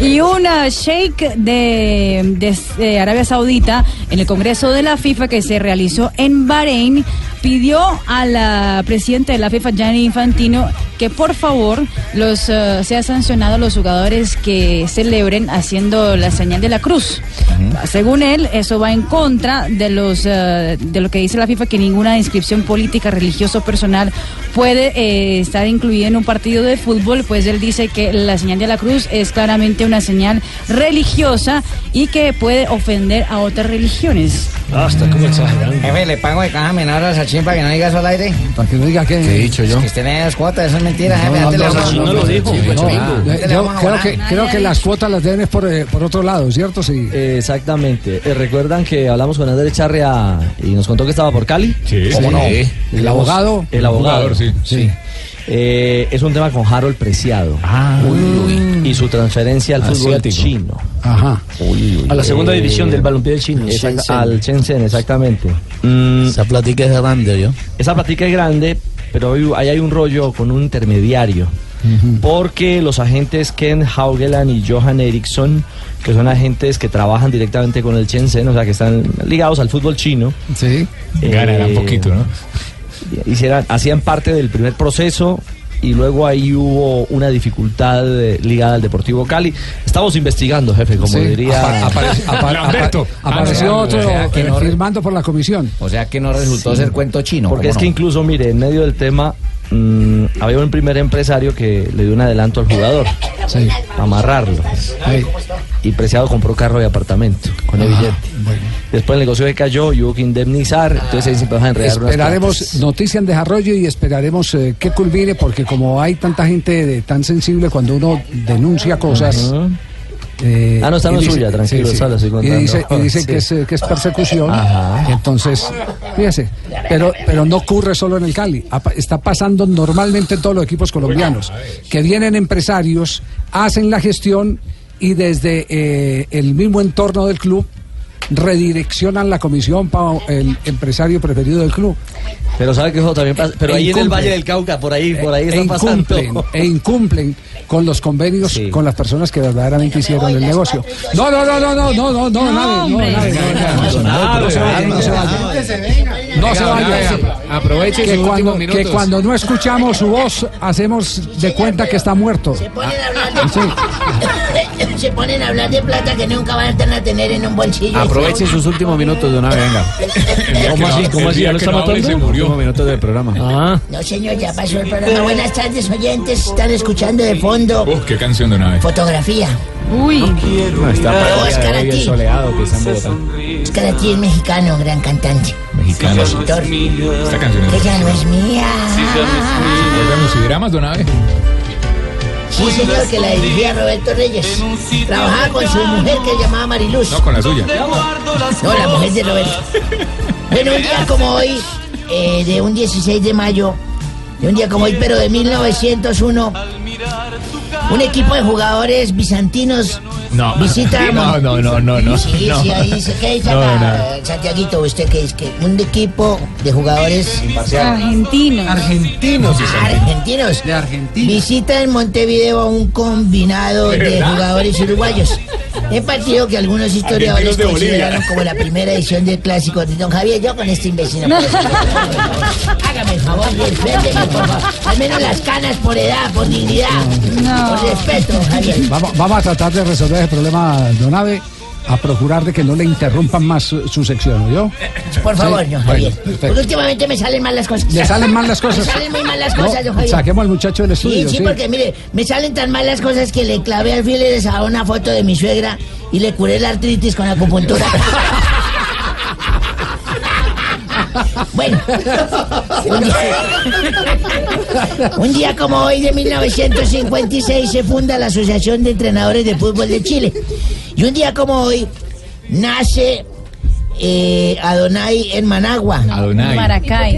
Speaker 14: Y una sheik de, de, eh, Arabia Saudita en el Congreso de la FIFA que se realizó en Bahrein pidió a la presidenta de la FIFA, Gianni Infantino, que por favor los eh, sea sancionado a los jugadores que celebren haciendo la señal de la cruz. Según él, eso va en contra de los eh, de lo que dice la FIFA que ninguna inscripción política, religiosa o personal puede eh, estar incluida en un partido de fútbol, pues él dice que la señal de la cruz es claramente una señal religiosa y que puede ofender a otras religiones.
Speaker 3: Ah, está como exagerando.
Speaker 11: Jefe, le pago de caja menor a Sachin para que no diga eso al aire.
Speaker 4: Para que no diga que.
Speaker 11: ¿Qué he dicho yo? Que usted tiene las cuotas, eso es mentira, jefe. antes le vamos a-
Speaker 4: No,
Speaker 11: Ah,
Speaker 4: yo-
Speaker 11: antes le
Speaker 4: yo
Speaker 11: vamos a
Speaker 4: creo
Speaker 11: abonar.
Speaker 4: que, creo que las cuotas las deben es por, eh, por otro lado, ¿cierto? Sí.
Speaker 18: Eh, Exactamente. Eh, ¿Recuerdan que hablamos con Andrés Charria y nos contó que estaba por Cali?
Speaker 4: Sí.
Speaker 18: ¿Cómo no?
Speaker 4: Sí. El abogado.
Speaker 18: El abogado.
Speaker 4: Jugador, sí.
Speaker 18: Sí. Eh, es un tema con Harold Preciado.
Speaker 4: Ah.
Speaker 18: Y su transferencia al fútbol
Speaker 3: Asiático.
Speaker 18: chino.
Speaker 4: Ajá.
Speaker 3: A la segunda división del balompié del chino.
Speaker 18: Exacta-
Speaker 3: Shenzhen.
Speaker 18: Eh, al Shenzhen, exactamente. Mm.
Speaker 22: Esa platica es grande, yo.
Speaker 18: Esa platica es grande, pero hay- ahí hay un rollo con un intermediario. porque los agentes Ken Haugeland y Johan Eriksson, que son agentes que trabajan directamente con el Shenzhen, o sea, que están ligados al fútbol chino. eh,
Speaker 4: Sí.
Speaker 23: Ganarán poquito, ¿no?
Speaker 18: Hicieran, hacían parte del primer proceso y luego ahí hubo una dificultad eh, ligada al Deportivo Cali. Estamos investigando, jefe, como
Speaker 4: Sí.
Speaker 18: diría...
Speaker 4: Apa- apare- apa- apa-
Speaker 24: Ah,
Speaker 4: apareció otro eh, firmando por la comisión.
Speaker 18: O sea que no
Speaker 11: resultó ser cuento chino,
Speaker 18: Porque
Speaker 11: ¿cómo
Speaker 18: es que
Speaker 11: no?
Speaker 18: incluso, mire, en medio del tema mm, había un primer empresario que le dio un adelanto al jugador. Para amarrarlo. Y Preciado compró carro y apartamento con el billete. Después el negocio se cayó y hubo que indemnizar. Entonces ahí se empezó a enredar unas
Speaker 4: Esperaremos
Speaker 18: plantas.
Speaker 4: noticia en desarrollo y esperaremos eh, que culmine porque como hay tanta gente de- tan sensible cuando uno denuncia cosas...
Speaker 18: Ajá.
Speaker 4: eh,
Speaker 18: Ah, no, está
Speaker 4: y
Speaker 18: no
Speaker 4: dice-
Speaker 18: suya, tranquilo,
Speaker 4: sí, sí.
Speaker 18: solo estoy
Speaker 4: Y
Speaker 18: contando.
Speaker 4: dice, y dice
Speaker 18: Sí.
Speaker 4: que, es, eh, que es persecución. Entonces, fíjese, pero, pero no ocurre solo en el Cali. apa- Está pasando normalmente en todos los equipos colombianos, que vienen empresarios, hacen la gestión y desde eh, el mismo entorno del club redireccionan la comisión para el empresario preferido del club.
Speaker 18: Pero sabe que eso también pasa. Pero ahí en el
Speaker 4: Incumplen.
Speaker 18: Valle del Cauca, por ahí, por ahí
Speaker 4: E
Speaker 18: está
Speaker 4: incumplen,
Speaker 18: pasando.
Speaker 4: e incumplen con los convenios con las personas que verdaderamente hicieron el negocio. No, no, no, no, no, no, no, no, nadie, no, nadie, no, nadie. No se vayan, no se vayan. No se vaya.
Speaker 19: Aproveche
Speaker 4: que
Speaker 19: sus
Speaker 4: cuando,
Speaker 19: últimos
Speaker 4: que
Speaker 19: minutos.
Speaker 4: cuando no escuchamos su voz, hacemos de cuenta que está muerto.
Speaker 2: Se ponen a hablar de plata que nunca van a tener en un bolsillo.
Speaker 19: Aproveche sus últimos minutos de una vez, venga.
Speaker 2: ¿Cómo así? ¿Cómo así? ¿Ya lo está matando?
Speaker 19: Últimos minutos del programa.
Speaker 11: Ah.
Speaker 2: No, señor, ya pasó el programa. Buenas tardes, oyentes. Están escuchando de fondo
Speaker 23: Uf, Oh, qué canción de una vez. Ah,
Speaker 2: fotografía. Uy.
Speaker 19: No, está
Speaker 2: Pero
Speaker 19: para
Speaker 2: Oscar
Speaker 19: allá,
Speaker 2: a
Speaker 19: bien
Speaker 2: ti.
Speaker 19: soleado que está en Bogotá.
Speaker 2: Oscar a ti es mexicano, gran cantante.
Speaker 23: Mexicano. Esta canción es.
Speaker 2: Que ya no es mía.
Speaker 23: Vuelve a Musidramas de una vez.
Speaker 2: Sí, señor, que la dirigía Roberto Reyes. Trabajaba con su mujer que llamaba Mariluz.
Speaker 23: No, con la suya.
Speaker 2: No, la mujer de Roberto. Bueno, un día como hoy, eh, de un 16 de mayo, de un día como hoy, pero de 1901, un equipo de jugadores bizantinos
Speaker 22: No.
Speaker 2: visita.
Speaker 22: No, no, no, no, no.
Speaker 2: Sí,
Speaker 22: no.
Speaker 2: sí, ahí dice que dice
Speaker 22: No,
Speaker 2: acá, Santiaguito, usted que es que un equipo de jugadores argentinos. Argentinos. Argentinos. De Argentina. Visita en Montevideo a un combinado de
Speaker 17: ¿Verdad?
Speaker 2: jugadores uruguayos. He partido que algunos historiadores
Speaker 17: Argentinos de Bolivia.
Speaker 2: consideraron como la primera edición del clásico de Don Javier. Yo con este imbécil no
Speaker 17: No.
Speaker 2: puedo salir. Hágame el favor, respéteme, por favor. Al menos las canas por edad, por dignidad. Por respeto, don Javier.
Speaker 4: Vamos, vamos a tratar de resolver el problema, don Ave, a procurar de que no le interrumpan más su, su sección, ¿yo?
Speaker 2: Por favor, don Javier. Porque
Speaker 4: perfecto.
Speaker 2: últimamente me salen mal las cosas.
Speaker 4: Le salen mal las cosas.
Speaker 2: Me salen muy mal las
Speaker 4: No,
Speaker 2: cosas, don Javier.
Speaker 4: Saquemos al muchacho del
Speaker 2: Sí,
Speaker 4: estudio.
Speaker 2: sí, porque mire, me salen tan mal las cosas que le clavé alfileres a una foto de mi suegra y le curé la artritis con acupuntura. bueno, un día, un día como hoy de 1956 se funda la Asociación de Entrenadores de Fútbol de Chile. Y un día como hoy nace eh, Adonai en Managua.
Speaker 14: Maracay.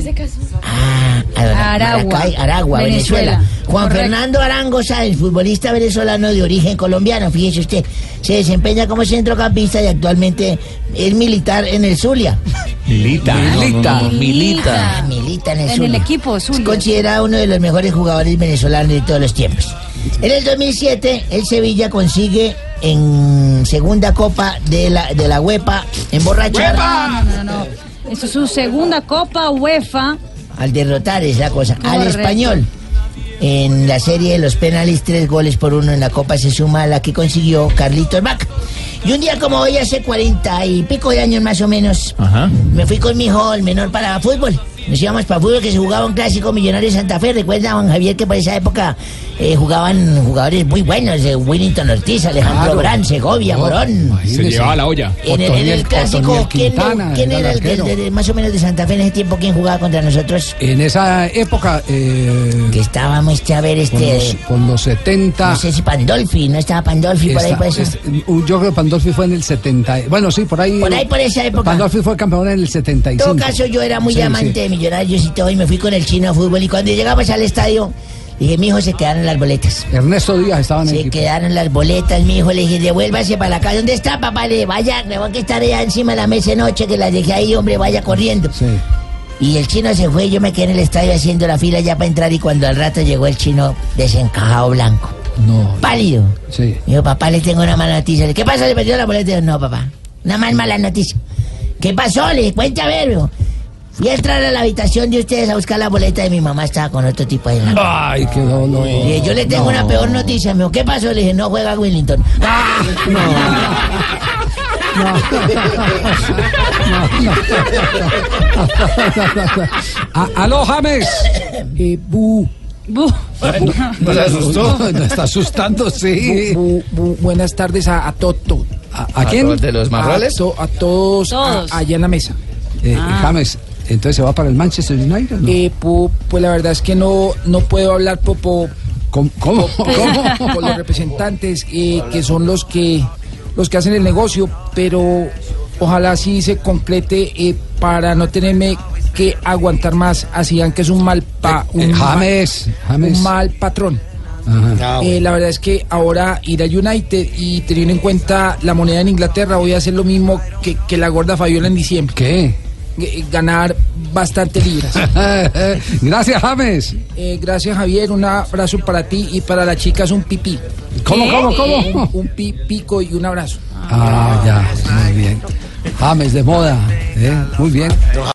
Speaker 14: Aragua.
Speaker 2: Maracay, Aragua, Venezuela.
Speaker 14: Venezuela.
Speaker 2: Juan
Speaker 14: Correcto.
Speaker 2: Fernando Arangoza, el futbolista venezolano de origen colombiano, fíjese usted, se desempeña como centrocampista y actualmente es militar en el Zulia.
Speaker 19: Milita.
Speaker 2: Milita.
Speaker 19: milita.
Speaker 2: Ah, milita en el
Speaker 14: En
Speaker 2: Zulia.
Speaker 14: el equipo Zulia.
Speaker 2: Es considerado uno de los mejores jugadores venezolanos de todos los tiempos. En el 2007, el Sevilla consigue en segunda copa de la, de la UEFA emborrachar
Speaker 14: No, no, no, no. Eso es su segunda Copa UEFA.
Speaker 2: al derrotar es la cosa. Al
Speaker 14: Correcto.
Speaker 2: español. En la serie de los penales, tres goles por uno en la Copa se suma a la que consiguió Carlitos Bach. Y un día como hoy, hace cuarenta y pico de años más o menos, me fui con mi hijo, el menor, para fútbol. Nos íbamos para fútbol que se jugaba un clásico millonario de Santa Fe. Recuerda, Juan Javier, que por esa época eh, jugaban jugadores muy buenos, de Willington Ortiz, Alejandro
Speaker 23: Claro.
Speaker 2: Brand, Segovia,
Speaker 23: No,
Speaker 2: Morón.
Speaker 23: Se llevaba la olla.
Speaker 2: En el, en el
Speaker 23: Otoniel-
Speaker 2: clásico,
Speaker 23: Otoniel
Speaker 2: ¿quién,
Speaker 23: Quintana,
Speaker 2: quién
Speaker 23: era
Speaker 2: era
Speaker 23: el
Speaker 2: el, del-
Speaker 23: arquero.
Speaker 2: del- eh, más o menos de Santa Fe en ese tiempo? ¿Quién jugaba contra nosotros?
Speaker 4: En esa época. eh,
Speaker 2: que estábamos, este, a ver, este.
Speaker 4: Con los, con los 70.
Speaker 2: No sé si Pandolfi, no estaba Pandolfi por ahí, pues.
Speaker 4: Está-
Speaker 2: por eso.
Speaker 4: es- uh, yo creo que Pandolfi fue en el 70. Bueno, sí, por ahí.
Speaker 2: Por ahí, por esa época.
Speaker 4: Pandolfi fue campeón en el
Speaker 2: En
Speaker 4: 75.
Speaker 2: todo caso, yo era muy
Speaker 4: Sí,
Speaker 2: amante
Speaker 4: sí.
Speaker 2: de millonarios y todo, y me fui con el chino a fútbol. Y cuando llegamos al estadio, dije, mi hijo se quedaron las boletas.
Speaker 4: Ernesto Díaz estaba en el
Speaker 2: Se
Speaker 4: equipo.
Speaker 2: quedaron las boletas, mi hijo le dije, devuélvase para acá. ¿Dónde está, papá? Le dije, vaya, me voy a estar allá encima de la mesa de noche que la dejé ahí, hombre, vaya corriendo. Y el chino se fue, yo me quedé en el estadio haciendo la fila ya para entrar y cuando al rato llegó el chino desencajado blanco. No. Pálido. Sí. Me dijo, papá, le tengo una mala noticia. Le dije, ¿Qué pasa? ¿Le perdió la boleta? Digo, no, papá. Una más mala noticia. ¿Qué pasó? Le dije, cuenta a ver. me dijo. Fui a entrar a la habitación de ustedes a buscar la boleta de mi mamá, estaba con otro tipo ahí en la cama.
Speaker 9: Ay, qué dolor.
Speaker 2: Le dije, yo le tengo una peor noticia. Me dijo, ¿qué pasó? Le dije, no juega Willington. ¡Ah!
Speaker 9: A- aló, James. Eh, bu.
Speaker 4: ¿No se asustó?
Speaker 9: No, está asustando, sí.
Speaker 4: Bu- bu- buenas tardes a, a Toto.
Speaker 9: ¿A quién?
Speaker 4: ¿De los marrales?
Speaker 9: A, to- a todos, a-
Speaker 4: Todos.
Speaker 9: allá en la mesa. Eh,
Speaker 4: Ah.
Speaker 9: James, entonces se va para el Manchester United. no?
Speaker 4: Eh, pu- pues la verdad es que no, no puedo hablar por, por-
Speaker 9: ¿Cómo? ¿Cómo?
Speaker 4: por-
Speaker 9: ¿Cómo?
Speaker 4: por los representantes eh, que son los que los que hacen el negocio, pero ojalá sí se complete eh, para no tenerme que aguantar más. Hacían que es un mal pa, un
Speaker 9: eh,
Speaker 4: mal-
Speaker 9: James, James.
Speaker 4: un mal patrón.
Speaker 9: Ajá.
Speaker 4: Eh, la verdad es que ahora ir a United y teniendo en cuenta la moneda en Inglaterra, voy a hacer lo mismo que, que la gorda Fabiola en diciembre. Eh,
Speaker 9: ¿Qué?
Speaker 4: Ganar bastante libras.
Speaker 9: Gracias, James.
Speaker 4: Eh, gracias, Javier. Un abrazo para ti y para las chicas un pipí.
Speaker 9: ¿Cómo, cómo, cómo?
Speaker 4: Un, un pipico y un abrazo.
Speaker 9: Ah, ya, muy bien. James, de moda. ¿eh? Muy bien.